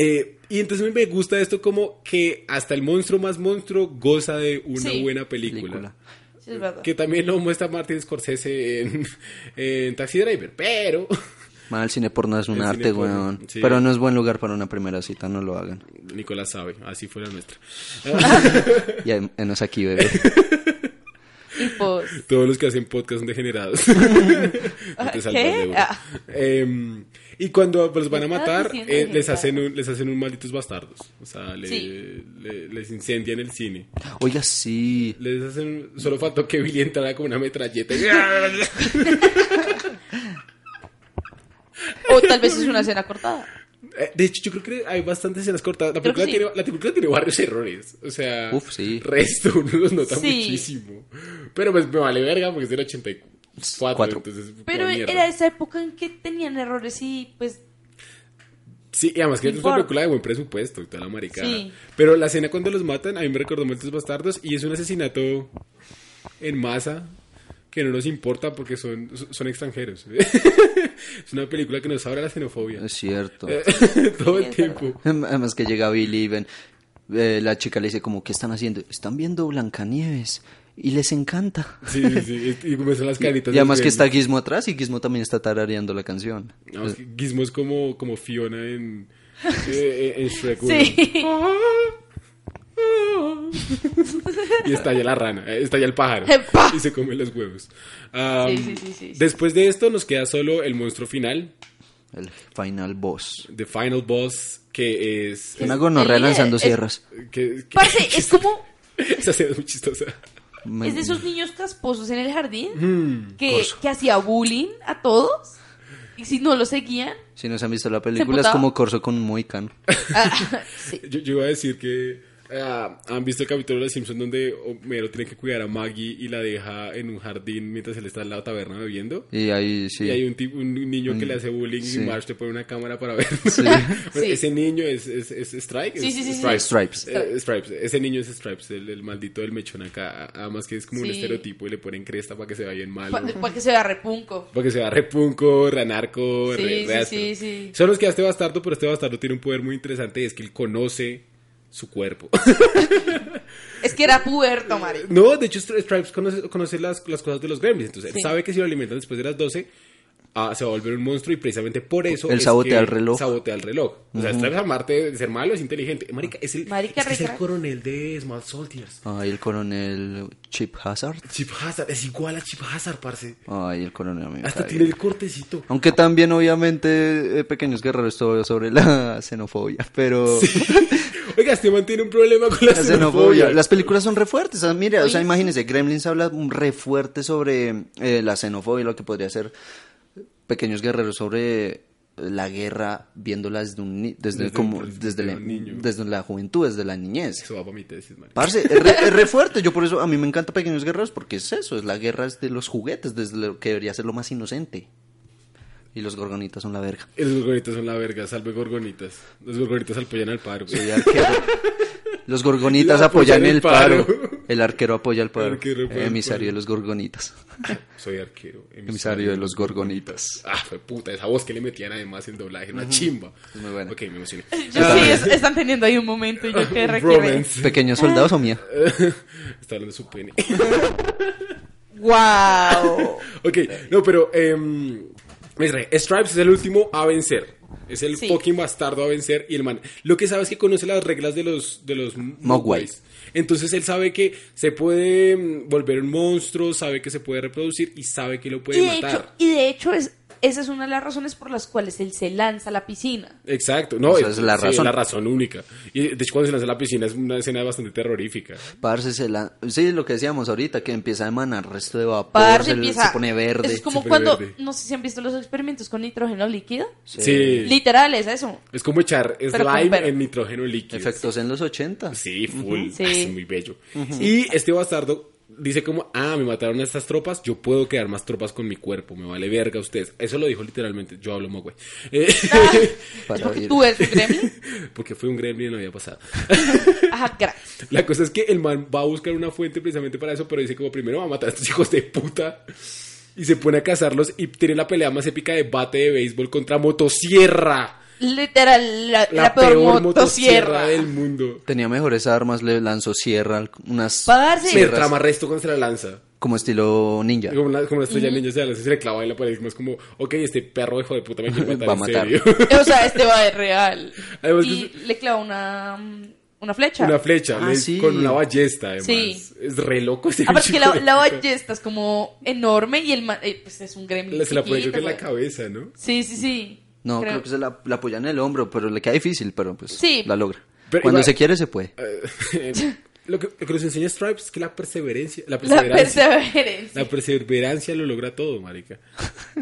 Eh, y entonces me gusta esto como que hasta el monstruo más monstruo goza de una
Sí.
buena película.
Película.
Sí, es verdad.
Que también lo muestra Martin Scorsese en, en Taxi Driver, pero...
Man, el cine porno es un
El cine
arte,
porno,
weón.
sí.
Pero no es buen lugar para una primera cita, no lo hagan.
Nicolás sabe, así fue la nuestra.
Y ahí- no es aquí, bebé.
Y pues,
Todos los que hacen podcast son degenerados. No te salvas de una.
Ah.
Em, y cuando los van a
Me estás
matar,
diciendo
eh,
que
les
ya.
hacen un, les hacen un malditos bastardos. O sea, le-
Sí.
le- les incendian el cine.
Oiga, sí.
Les hacen. Solo faltó que Billy entrara con una metralleta. Eh, y-
o tal vez es una escena cortada.
Eh, De hecho, yo creo que hay bastantes escenas cortadas. La
Creo que
película,
sí.
tiene, la película tiene varios errores. O sea,
Uf, sí.
resto uno los nota
Sí.
muchísimo. Pero pues me vale verga porque es del 84.
Cuatro.
Entonces,
Pero
como mierda.
era esa época en que tenían errores y pues
Sí, y además que es una
Por-
película de buen presupuesto y toda la maricada.
Sí.
Pero la escena cuando los matan, a mí me recordó Malditos Bastardos y es un asesinato en masa que no nos importa porque son, son extranjeros. es una película que nos habla de la xenofobia.
Es cierto.
Todo
Sí,
el
es
tiempo.
Además que llega Billy y ven. eh, la chica le dice como, ¿qué están haciendo? Están viendo Blancanieves. Y les encanta.
Sí, sí, sí. Y como son las caritas.
Y además que
del-
está Gizmo atrás y Gizmo también está tarareando la canción.
No, es que Gizmo es como, como Fiona en, eh, en Shrek 1.
sí.
Y estalla la rana, eh, estalla el pájaro.
¡Epa!
Y se come los huevos. Am,
Sí, sí, sí, sí, sí.
Después de esto nos queda solo el monstruo final,
El final boss.
The Final Boss, que es...
Una gonorrea
líder,
lanzando
es-
sierras.
Que, que-
Parce, eh, es como
esa escena es muy chistosa.
Me-
es de esos niños casposos en el jardín
Mm.
que,
Corso.
que hacía bullying a todos y si no lo seguían.
Si no se han visto la película, es
emputaba?
como Corso con un mohicano.
ah, sí.
Yo, yo iba a decir que... ah, ¿Han visto el capítulo de Los Simpsons donde Homero tiene que cuidar a Maggie y la deja en un jardín mientras él está en la taberna bebiendo?
Y ahí sí.
Y hay un, tipo- un niño que
Mm,
le hace bullying
sí.
y Marsh te pone una cámara para ver.
Sí.
Ese niño es, es, es Strike.
Sí,
es-
sí, sí, sí.
Stripes.
Stripes.
Eh, Stripes. Ese niño es Stripes, el, el maldito del mechón acá. Además que es como un
Sí.
estereotipo y le ponen cresta para que se vea bien malo.
Para que se vea repunco.
Para que se vea repunco, ranarco,
Sí,
re,
sí,
reastro.
sí, sí.
Son los que a este bastardo, pero este bastardo tiene un poder muy interesante y es que él conoce su cuerpo.
Es que era puerto, Mari.
No, de hecho, Stri- Stripes conoce, conoce las, las cosas de los gremlins. Entonces,
Sí.
él sabe que si lo alimentan después de las 12, ah, se va a volver un monstruo. Y precisamente por eso.
Él
es
sabotea
que
el reloj.
Sabotea el reloj. O sea, Stripes, aparte de ser malo, es inteligente. Marica, es el,
Marica,
es, que es el
recra-
coronel de Small Soldiers.
Ay, el coronel Chip Hazard.
Chip Hazard, es igual a Chip Hazard, parce.
Ay, el coronel a mí me
Hasta
cae
tiene
bien.
el cortecito.
Aunque también, obviamente, eh, Pequeños Guerreros todo sobre la xenofobia. Pero
Oiga, este man tiene un problema con la,
la
xenofobia.
xenofobia. Las películas son re fuertes. ah, Mira, o
Oye,
sea,
sí.
imagínense, Gremlins habla re fuerte sobre eh, la xenofobia, lo que podría ser Pequeños Guerreros sobre la guerra viéndola desde un ni- desde,
Desde
como
el-
desde la,
un niño.
desde la juventud, desde la niñez.
Eso va para mi tesis, man.
Parce, es re, es re fuerte. Yo por eso a mí me encanta Pequeños Guerreros porque es eso, es la guerra es de los juguetes, desde lo que debería ser lo más inocente. Y los gorgonitas son la verga.
Los gorgonitas son la verga, salve gorgonitas. Los gorgonitas apoyan al paro.
Soy arquero. Los gorgonitas
La
apoyan el paro.
paro.
El arquero apoya el paro.
Arquero apoya el
Emisario
paro.
de los gorgonitas.
Soy arquero. emisario.
Emisario de los gorgonitas.
Ah, fue puta, esa voz que le metían además el doblaje, una chimba.
Es muy buena.
Ok, me emocioné.
Yo sí, es- están teniendo ahí un momento y yo que requiere.
Romance.
¿Pequeños soldados o mía?
Está hablando de su pene.
¡Wow!
ok, no, pero em, me distraje. Stripes es el último a vencer. Es el
Sí.
fucking bastardo a vencer y el man. Lo que sabe es que conoce las reglas de los de los
Mogwais.
Entonces él sabe que se puede mm, volver un monstruo, sabe que se puede reproducir y sabe que lo puede
Y de
matar.
hecho, y de hecho es, esa es una de las razones por las cuales él se lanza a la piscina.
Exacto, no,
O sea, es la
sí,
razón.
la razón única. Y de hecho, cuando se lanza a la piscina es una escena bastante terrorífica.
Parce, se la... sí, lo que decíamos ahorita, que empieza a emanar resto de vapor,
Parce,
Oh, se,
empieza-
se pone verde.
Es como
se pone
cuando,
verde.
no sé si han visto los experimentos con nitrógeno líquido.
Sí.
Literal, es eso.
Es como echar
Pero con
slime
perro.
en nitrógeno líquido.
Efectos en los 80.
Sí, full.
Ujú. Sí.
Ah, Es muy bello. Y este bastardo dice como, ah, me mataron a estas tropas, yo puedo crear más tropas con mi cuerpo, me vale verga ustedes. Eso lo dijo literalmente, yo hablo mogüey. Eh,
Para
Porque
oír.
tú eres un gremlin.
porque fue un gremlin en la vida pasada.
Ajá, gracias.
La cosa es que el man va a buscar una fuente precisamente para eso, pero dice como primero va a matar a estos hijos de puta. Y se pone a cazarlos y tiene la pelea más épica de bate de béisbol contra motosierra.
Literal, la,
La,
la peor, motosierra.
del mundo.
Tenía mejores armas, le lanzó sierra, unas
Parce,
Se
sierras
trama resto contra la lanza.
como estilo ninja.
Como la, como la estrella ninja se la lanza y se le clava en la pared. Es más como, ok, este perro hijo de puta me quiere matar.
Va a
en
matar.
serio.
o sea, este va de real.
Además que
y le clava una, mm, una flecha.
una flecha
Ah,
le-
sí.
con una ballesta, además.
Sí.
Es re loco ese
Aparte que
bicho
la,
de
la
puta.
ballesta es como enorme y el man, eh, pues es un gremlin.
Se la pone creo que en la
chiquito,
cabeza, ¿no?
Sí, sí, sí.
No, creo, que se la, la apoya en el hombro, pero le queda difícil, pero pues
Sí.
la logra.
Pero
Cuando
igual-
se quiere, se puede.
Eh, lo, que, lo que nos enseña Stripes es que la perseverancia, la
La
perseverancia,
perseverancia.
la perseverancia lo logra todo, marica.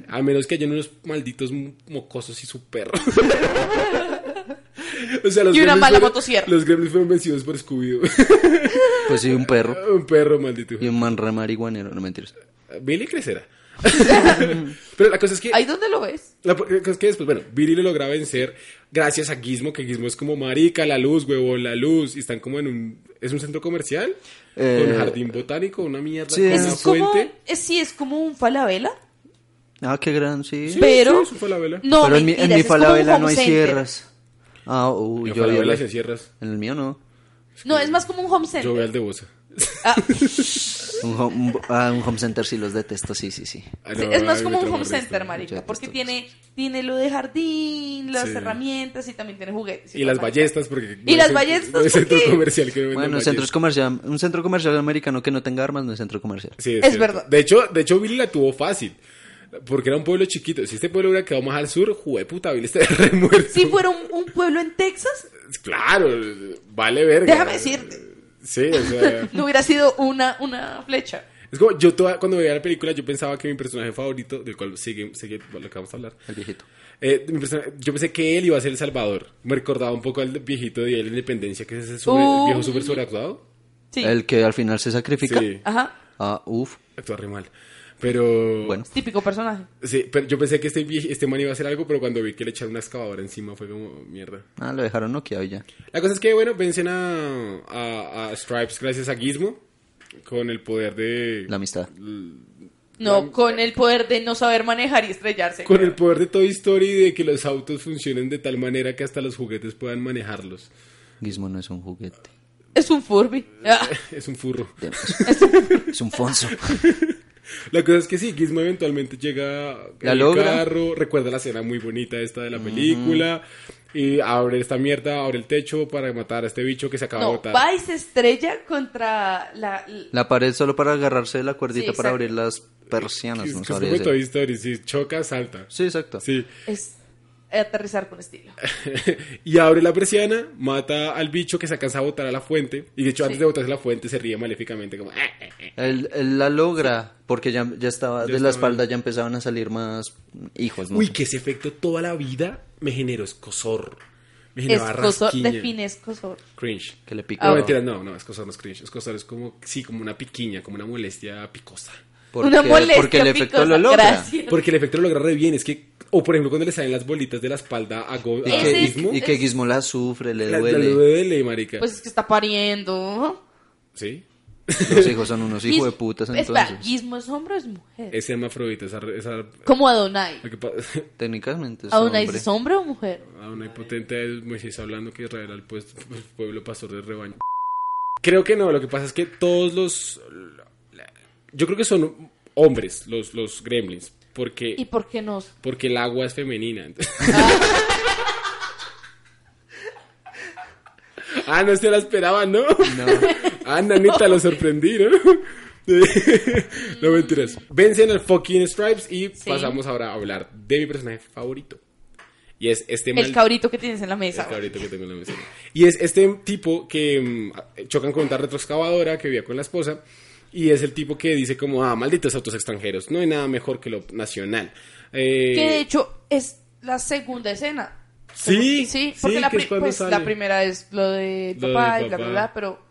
A menos que hayan unos malditos mo- mocosos y su perro. O sea, los
Y una
gremlins
mala
fueron-
motosierra.
Los gremlins fueron vencidos por Scooby.
Pues sí, un perro
Un perro maldito. Ah,
y un man re marihuanero, no mentiras.
Billy crecerá. Pero la cosa es que
Ahí donde lo ves.
La po- la cosa es que después, bueno, Billy lo logra vencer gracias a Gizmo, que Gizmo es como marica, la luz, huevo, la luz, y están como en un... ¿Es un centro comercial?
Eh,
con jardín botánico, una mierda,
sí,
con
es
Eso
una
es como,
fuente.
es, sí, es como un falabela.
Ah, qué gran, sí.
Sí,
pero-
sí, eso fue la vela.
No,
pero en mi, en
mentiras,
mi
es como un
falabela
home
no hay
center.
sierras. Ah, uy,
Yo
yo
la
vi
vela
el-
se cierras.
En el mío no.
No, es más como un home
Yo
center.
veo al de Bosa.
Ah,
Un home, un- ah, un home center sí los detesto, sí, sí, sí.
Ah,
sí,
no,
es más
ay,
como
me
un home
traumatismo.
center, marica.
Ya,
Porque
esto-
tiene, tiene lo de jardín, las
Sí.
herramientas y también tiene juguetes.
Y las
tal.
ballestas, porque...
Y
no
las
es-
ballestas,
no es
¿por
centro
qué?
comercial que venden
Bueno, en
ballestas.
centros comercial, un centro comercial americano que no tenga armas no es centro comercial.
Sí,
Es
cierto.
verdad.
De hecho, de hecho, Billy la tuvo fácil. Porque era un pueblo chiquito. Si este pueblo hubiera quedado más al sur, jueputa, Billy estaría re muerto.
Si fuera un, un pueblo en Texas,
Claro, vale verga.
Déjame decirte.
Sí, o sea.
no hubiera sido una, una flecha.
es como yo toda- cuando veía la película, yo pensaba que mi personaje favorito, del cual sigue, sigue lo que vamos a hablar.
El viejito.
eh, mi persona- yo pensé que él iba a ser el salvador. Me recordaba un poco al viejito de Día de la Independencia, que es ese sobre-
Uh.
viejo súper sobreactuado.
Sí.
El que al final se sacrifica.
Sí,
Ajá.
Ah, uff.
actúa re mal. Pero.
Bueno.
Típico personaje.
Sí, pero yo pensé que este, vie- este man iba a hacer algo, pero cuando vi que le echaron una excavadora encima fue como mierda.
Ah, lo dejaron noqueado y ya.
La cosa es que, bueno, vencen a, a, a Stripes gracias a Gizmo. Con el poder de.
La amistad.
No, con el poder de no saber manejar y estrellarse.
Con el poder de Toy Story de que los autos funcionen de tal manera que hasta los juguetes puedan manejarlos.
Gizmo no es un juguete.
Es un Furby.
Eh,
Ah,
Es un furro.
De- Es un Fonso.
La cosa es que sí, Gizmo eventualmente llega
La
al
logra.
carro, recuerda la escena muy bonita esta de la película y abre esta mierda, abre el techo para matar a este bicho que se acaba de
No,
botar.
va y se estrella contra la... l-
La pared solo para agarrarse de la
Sí,
cuerdita
exacto.
para abrir las
Es-
persianas. Ah, No
es como
sabría decir.
Toy Story, si choca, salta.
Sí, exacto.
Sí.
Es aterrizar con estilo.
y abre la persiana, mata al bicho que se alcanza a botar a la fuente y de hecho antes de botarse a la fuente se ríe maléficamente como... "Ah, ah, ah".
Él, él la logra porque ya, ya estaba de
estaba-
la espalda, ya empezaban a salir más hijos. ¿no?
Uy, que ese efecto toda la vida me generó escosor. Me generaba
Escosor,
rasquiña.
define escosor.
Cringe.
Que le picó.
No, mentira, no, no, escosor no es cringe. Escosor es como, sí, como una piquiña, como una molestia picosa.
Porque-
Una molestia
Porque el efecto
picosa,
lo logra.
gracias.
Porque el efecto lo logra re bien. Es que O por ejemplo, cuando le salen las bolitas de la espalda a, Go
Y
a
que, y-
Gizmo.
y que Gizmo la sufre, le
La- la-
duele.
le duele, marica.
Pues es que está pariendo.
sí.
Los hijos son unos hijos
Gis-
de putas
Espera,
entonces.
¿Gizmo es hombre o es mujer?
Es hermafrodita, esa, esa
Como Adonai.
lo que pasa-
Técnicamente es
¿Adonai
hombre.
es hombre o mujer?
a Ah, una potente es Moisés hablando que Israel al pues- pueblo pastor del rebaño. Creo que no, lo que pasa es que todos los yo creo que son hombres los los gremlins,
¿Y
porque
por qué no?
porque el agua es femenina. entonces- ah, no se la esperaban, ¿no? Ah, Nanita, lo sorprendí, ¿no? no mentiras. Vencen al fucking Stripes y
Sí.
pasamos ahora a hablar de mi personaje favorito. Y es este
El
maldito
cabrito que tienes en la mesa.
el cabrito que tengo en la mesa. Y es este tipo que mm, chocan con una retroexcavadora que vivía con la esposa. Y es el tipo que dice como, ah, malditos autos extranjeros, no hay nada mejor que lo nacional. Eh,
Que de hecho es la segunda escena.
Sí,
sí,
sí,
porque la,
que es
pri-
cuando
pues,
sale.
la primera es lo de
Lo
papá
del
y bla, bla,
papá.
bla, pero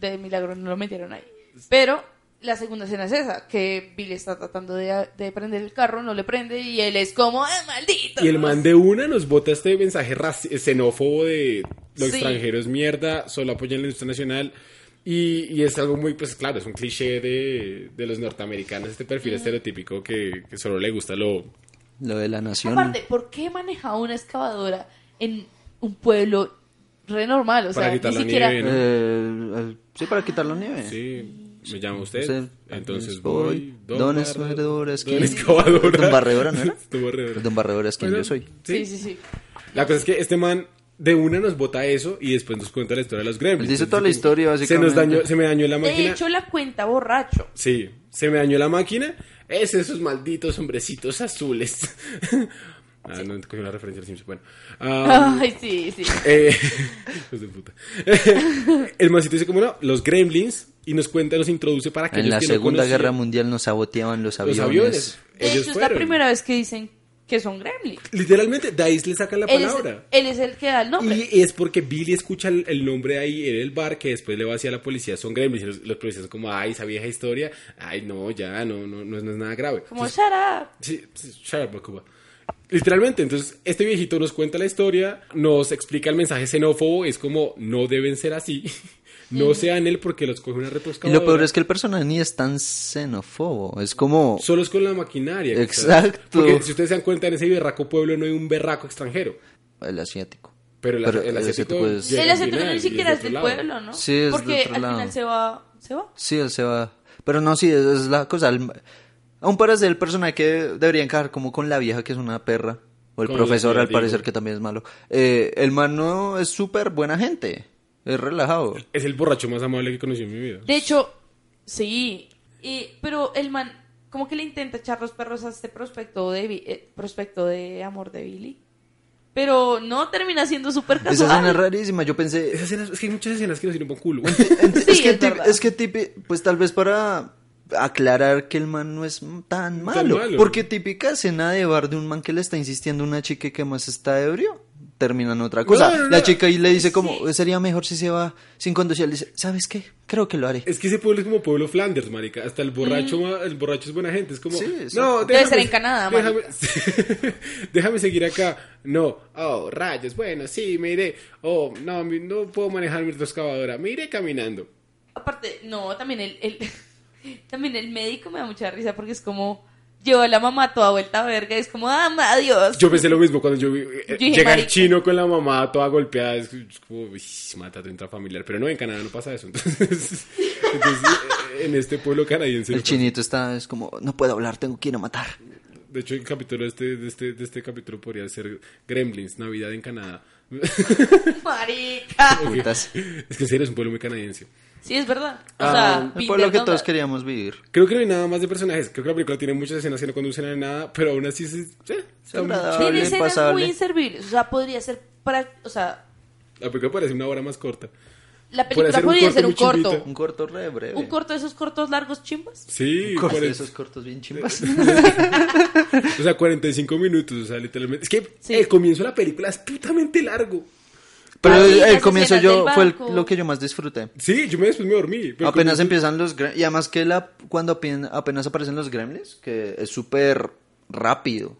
de milagro no lo metieron ahí. Pero la segunda escena es esa, que Billy está tratando de, de prender el carro, no le prende y él es como, ¡ah, maldito!
Y el man de una nos bota este mensaje raci- xenófobo de lo
Sí.
extranjero es mierda, solo apoyan la industria nacional. Y, y es algo muy, pues claro, es un cliché de, de los norteamericanos, este perfil estereotípico que, que solo le gusta lo...
Lo de la nación.
Aparte, ¿por qué maneja una excavadora en un pueblo re normal? O
Para
sea,
quitar
ni
la
siquiera...
nieve, ¿no?
Eh, eh, sí, para quitar la nieve.
Sí, me llama usted,
Sí,
entonces voy...
voy. Don Esmeralda, es
Don
que-
Excavadora.
Don Barredora, ¿no era?
Don Barredora.
Don Barredora es quien
Bueno,
yo soy.
Sí, sí, sí.
La cosa es que este man de una nos bota eso y después nos cuenta la historia de los gremlins.
Él dice
Entonces,
toda la
como,
historia, básicamente.
Se, nos dañó, se me dañó la máquina.
De hecho, la cuenta borracho.
Sí, se me dañó la máquina. Es esos malditos hombrecitos azules. ah, no te cogí la referencia al Simpson. Bueno. Ah,
Ay, sí, sí.
eh, hijos de puta. El mancito dice como no, los gremlins y nos cuenta, nos introduce para que
En la
que
Segunda
no
Guerra
conocían
Mundial nos saboteaban los
los
aviones.
aviones.
De
Ellos
hecho, es la
fueron.
primera vez que dicen que son gremlins.
Literalmente, de ahí le sacan la
Él es,
palabra.
él es el que da el nombre.
Y es porque Billy escucha el, el nombre ahí en el bar que después le va hacia la policía, son gremlins. Y los, los policías como, ay, esa vieja historia, ay, no, ya, no, no, no, es, no es nada grave.
Como shut up.
Sí, sí, shut up, Bakuba. Literalmente, entonces este viejito nos cuenta la historia, nos explica el mensaje xenófobo, es como no deben ser así, no sean él porque los coge una
Y
retroscavadora.
lo peor es que el personaje ni es tan xenófobo. Es como.
Solos con la maquinaria. ¿sabes?
Exacto.
Porque si ustedes se dan cuenta, en ese berraco pueblo no hay un berraco extranjero.
El asiático.
Pero el- el asiático
es-
llega
el
al
acento
final
ni
y
siquiera
es
es
de
del
otro lado.
pueblo, ¿no?
Sí, es de
Porque
otro
al
lado.
final se va. ¿Se va?
Sí, él se va. Pero no, sí, esa es la cosa. El- Aún parece el personaje que debería encajar como con la vieja que es una perra. O el
Con
profesor,
la
al
tía,
parecer,
digo.
que también es malo. Eh, el man no es súper buena gente. Es relajado.
Es el borracho más amable que conocí en mi vida.
De hecho, sí. Y, pero el man, como que le intenta echar los perros a este prospecto de, Bi- eh, prospecto de amor de Billy. Pero no termina siendo súper
Esa escena es
casual.
rarísima. Yo pensé.
Esas escenas- es que hay muchas escenas que nos sirven por culo.
Ent-
Sí,
es que,
es
tip-
verdad.
es que tipi- pues tal vez para aclarar que el man no es m- tan malo,
malo.
porque típica escena de bar de un man que le está insistiendo a una chica que más está ebrio, terminan otra cosa.
no, no.
La chica ahí le dice como,
Sí.
sería mejor si se va sin conducir, le dice, ¿sabes qué? Creo que lo haré.
Es que ese pueblo es como pueblo Flanders, marica. Hasta el borracho, ma- el borracho es buena gente. Es como,
Sí,
no,
exacto.
Mm. Debe ser en Canadá,
déjame, déjame seguir acá. No, oh, rayos, bueno, sí, me iré. Oh, no, mi- no puedo manejar mi excavadora. Me iré caminando.
Aparte, no, también el, el- también el médico me da mucha risa porque es como. Lleva a la mamá toda vuelta a verga y es como, ah, ma, adiós.
Yo pensé lo mismo cuando yo vi, eh,
Yo dije,
llega el
marica.
chino con la mamá toda golpeada. Es es como, uy, mata a tu intrafamiliar. Pero no, en Canadá no pasa eso. Entonces, entonces, eh, en este pueblo canadiense.
El
no pasa.
chinito está, es como, no puedo hablar, tengo que ir a matar.
De hecho, el capítulo este, de, este, de este capítulo podría ser Gremlins, Navidad en Canadá.
Marica.
Putas.
Es que en serio es un pueblo muy canadiense.
Sí, es verdad. O
Ah,
sea,
El pueblo que
Binder
todos
Donda-
queríamos vivir.
Creo que no hay nada más de personajes. Creo que la película tiene muchas escenas que no conducen a nada, pero aún así se- sí, está muy-
agradable.
Tiene
Hable,
escenas
pasable.
muy inservibles. O sea, podría ser. pra- O sea,
La película parece una hora más corta.
la
Podría
película
ser un
podría
corto
ser un
muy chimbita.
corto.
Un corto re breve.
Un corto de esos cortos largos chimbas.
Sí,
Corto de
cuaren-
esos cortos bien chimbas.
o sea, 45 minutos, o sea, literalmente. Es que
Sí.
el comienzo de la película es putamente largo.
Pero
Así,
el, el
las
comienzo
escenas
yo
del
fue el-
barco.
lo que yo más disfruté.
Sí, yo me después me dormí. pero
Apenas
como-
empiezan los gre- y además que la cuando apen- apenas aparecen los gremlins que es súper rápido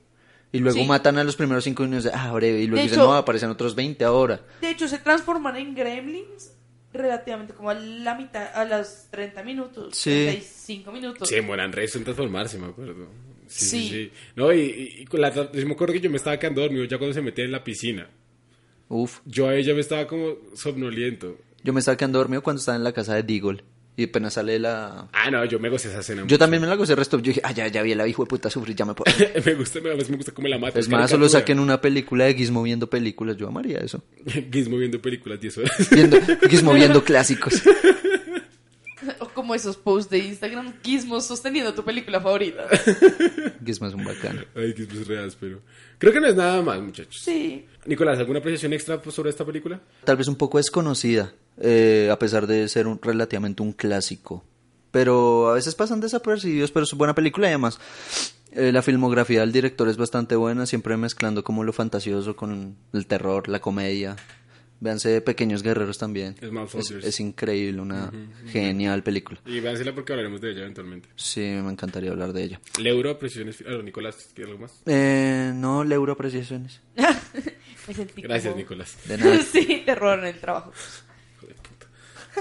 Y luego
Sí.
matan a los primeros cinco y uno dice, ah, breve. Y luego
De
dicen,
hecho-
no, aparecen otros 20 ahora.
De hecho, se transforman en gremlins relativamente como a la mitad, a los 30 minutos,
Sí.
35 minutos.
Se demoran resto en transformarse, me acuerdo. Sí, sí,
Sí.
sí. No, y, y- y con la, yo me acuerdo que yo me estaba quedando dormido ya cuando se metía en la piscina.
Uf.
Yo a ella me estaba como somnoliento.
Yo me estaba quedando dormido cuando estaba en la casa de Deagle. Y apenas sale la...
Ah, no, yo me gocé esa escena.
Yo también me la gocé el resto. Yo dije, ah, ya, ya vi a la hijo de puta sufrir, ya me puedo...
me gusta, me, a veces me gusta cómo la mata.
Es más, solo saquen
Ah, pues caricatura.
una película de Gizmo viendo películas. Yo amaría eso.
Gizmo viendo películas 10 horas.
Viendo, Gizmo viendo clásicos.
O como esos posts de Instagram, Gizmos sosteniendo tu película favorita.
Gizmo es un bacán.
Ay, Gizmo es real, pero... Creo que no es nada más, muchachos.
Sí.
Nicolás, ¿alguna apreciación extra pues, sobre esta película?
Tal vez un poco desconocida, eh, a pesar de ser un, relativamente un clásico. Pero a veces pasan desapercibidos, pero es buena película y además eh, la filmografía del director es bastante buena, siempre mezclando como lo fantasioso con el terror, la comedia. Véanse Pequeños Guerreros también.
Es Malfeasers.
es increíble, una genial película.
Y véansela porque hablaremos de ella eventualmente.
Sí, me encantaría hablar de ella.
Leuro, apreciaciones... fi- Ah, no, Nicolás, ¿quieres algo más?
Eh, no, el euro apreciaciones.
Me sentí
Gracias,
como-
Nicolás.
De nada.
sí, te robaron el trabajo.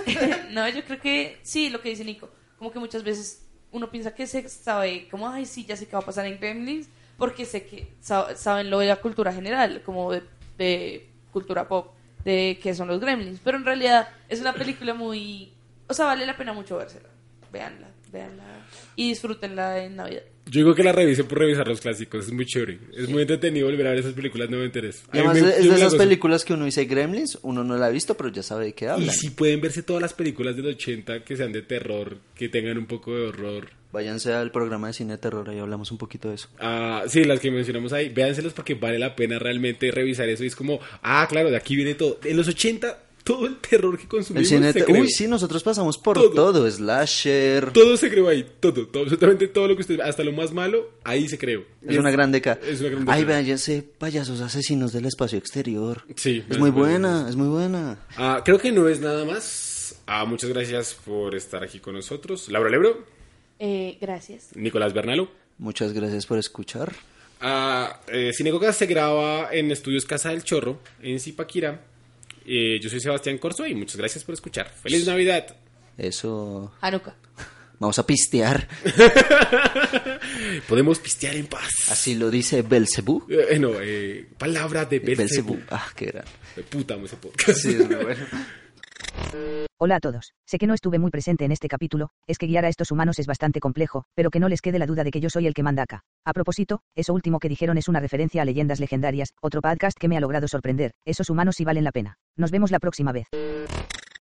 no, yo creo que sí, lo que dice Nico. Como que muchas veces uno piensa que se sabe, como, ay, sí, ya sé qué va a pasar en Gremlins, porque sé que sa- saben lo de la cultura general, como de, de cultura pop, de qué son los Gremlins. Pero en realidad es una película muy. O sea, vale la pena mucho vérsela. Veanla, veanla. Y disfrútenla en Navidad.
Yo digo que la revise por revisar los clásicos, es muy chévere. Es muy entretenido volver a ver esas películas, no me interesa.
Y además es de esas películas que uno dice Gremlins, uno no la ha visto, pero ya sabe de qué
Y
habla.
si pueden verse todas las películas del 80 que sean de terror, que tengan un poco de horror.
Váyanse al programa de cine de terror, ahí hablamos un poquito de eso.
Ah, sí, las que mencionamos ahí, véanselas porque vale la pena realmente revisar eso. Y es como, ah, claro, de aquí viene todo. En los 80, todo el terror que
El
consumimos
cine
se
de te-
creó.
Uy, sí, nosotros pasamos por
Todo.
todo. Slasher.
Todo se creó ahí, todo, todo, absolutamente todo lo que usted, hasta lo más malo, ahí se creó.
Es una gran década.
Es una gran
Ay,
década.
váyanse, payasos asesinos del espacio exterior.
Sí,
Es
gracias
muy
por
buena, es muy buena.
Ah, creo que no es nada más. Ah, muchas gracias por estar aquí con nosotros. Laura Lebro,
Eh, gracias.
Nicolás Bernalo.
Muchas gracias por escuchar.
Ah, eh, Cinecoca se graba en Estudios Casa del Chorro, en Zipaquirá. Eh, yo soy Sebastián Corso y muchas gracias por escuchar. ¡Feliz Navidad!
Eso.
Hanukkah.
Vamos a pistear.
Podemos pistear en paz.
Así lo dice Belcebú.
Eh, no, eh, palabra de Belcebú.
Belcebú. Ah, qué gran.
Eh, Puta, amo ese podcast.
Sí, es muy bueno.
Hola a todos. Sé que no estuve muy presente en este capítulo, es que guiar a estos humanos es bastante complejo, pero que no les quede la duda de que yo soy el que manda acá. A propósito, eso último que dijeron es una referencia a leyendas legendarias, otro podcast que me ha logrado sorprender. Esos humanos sí valen la pena. Nos vemos la próxima vez.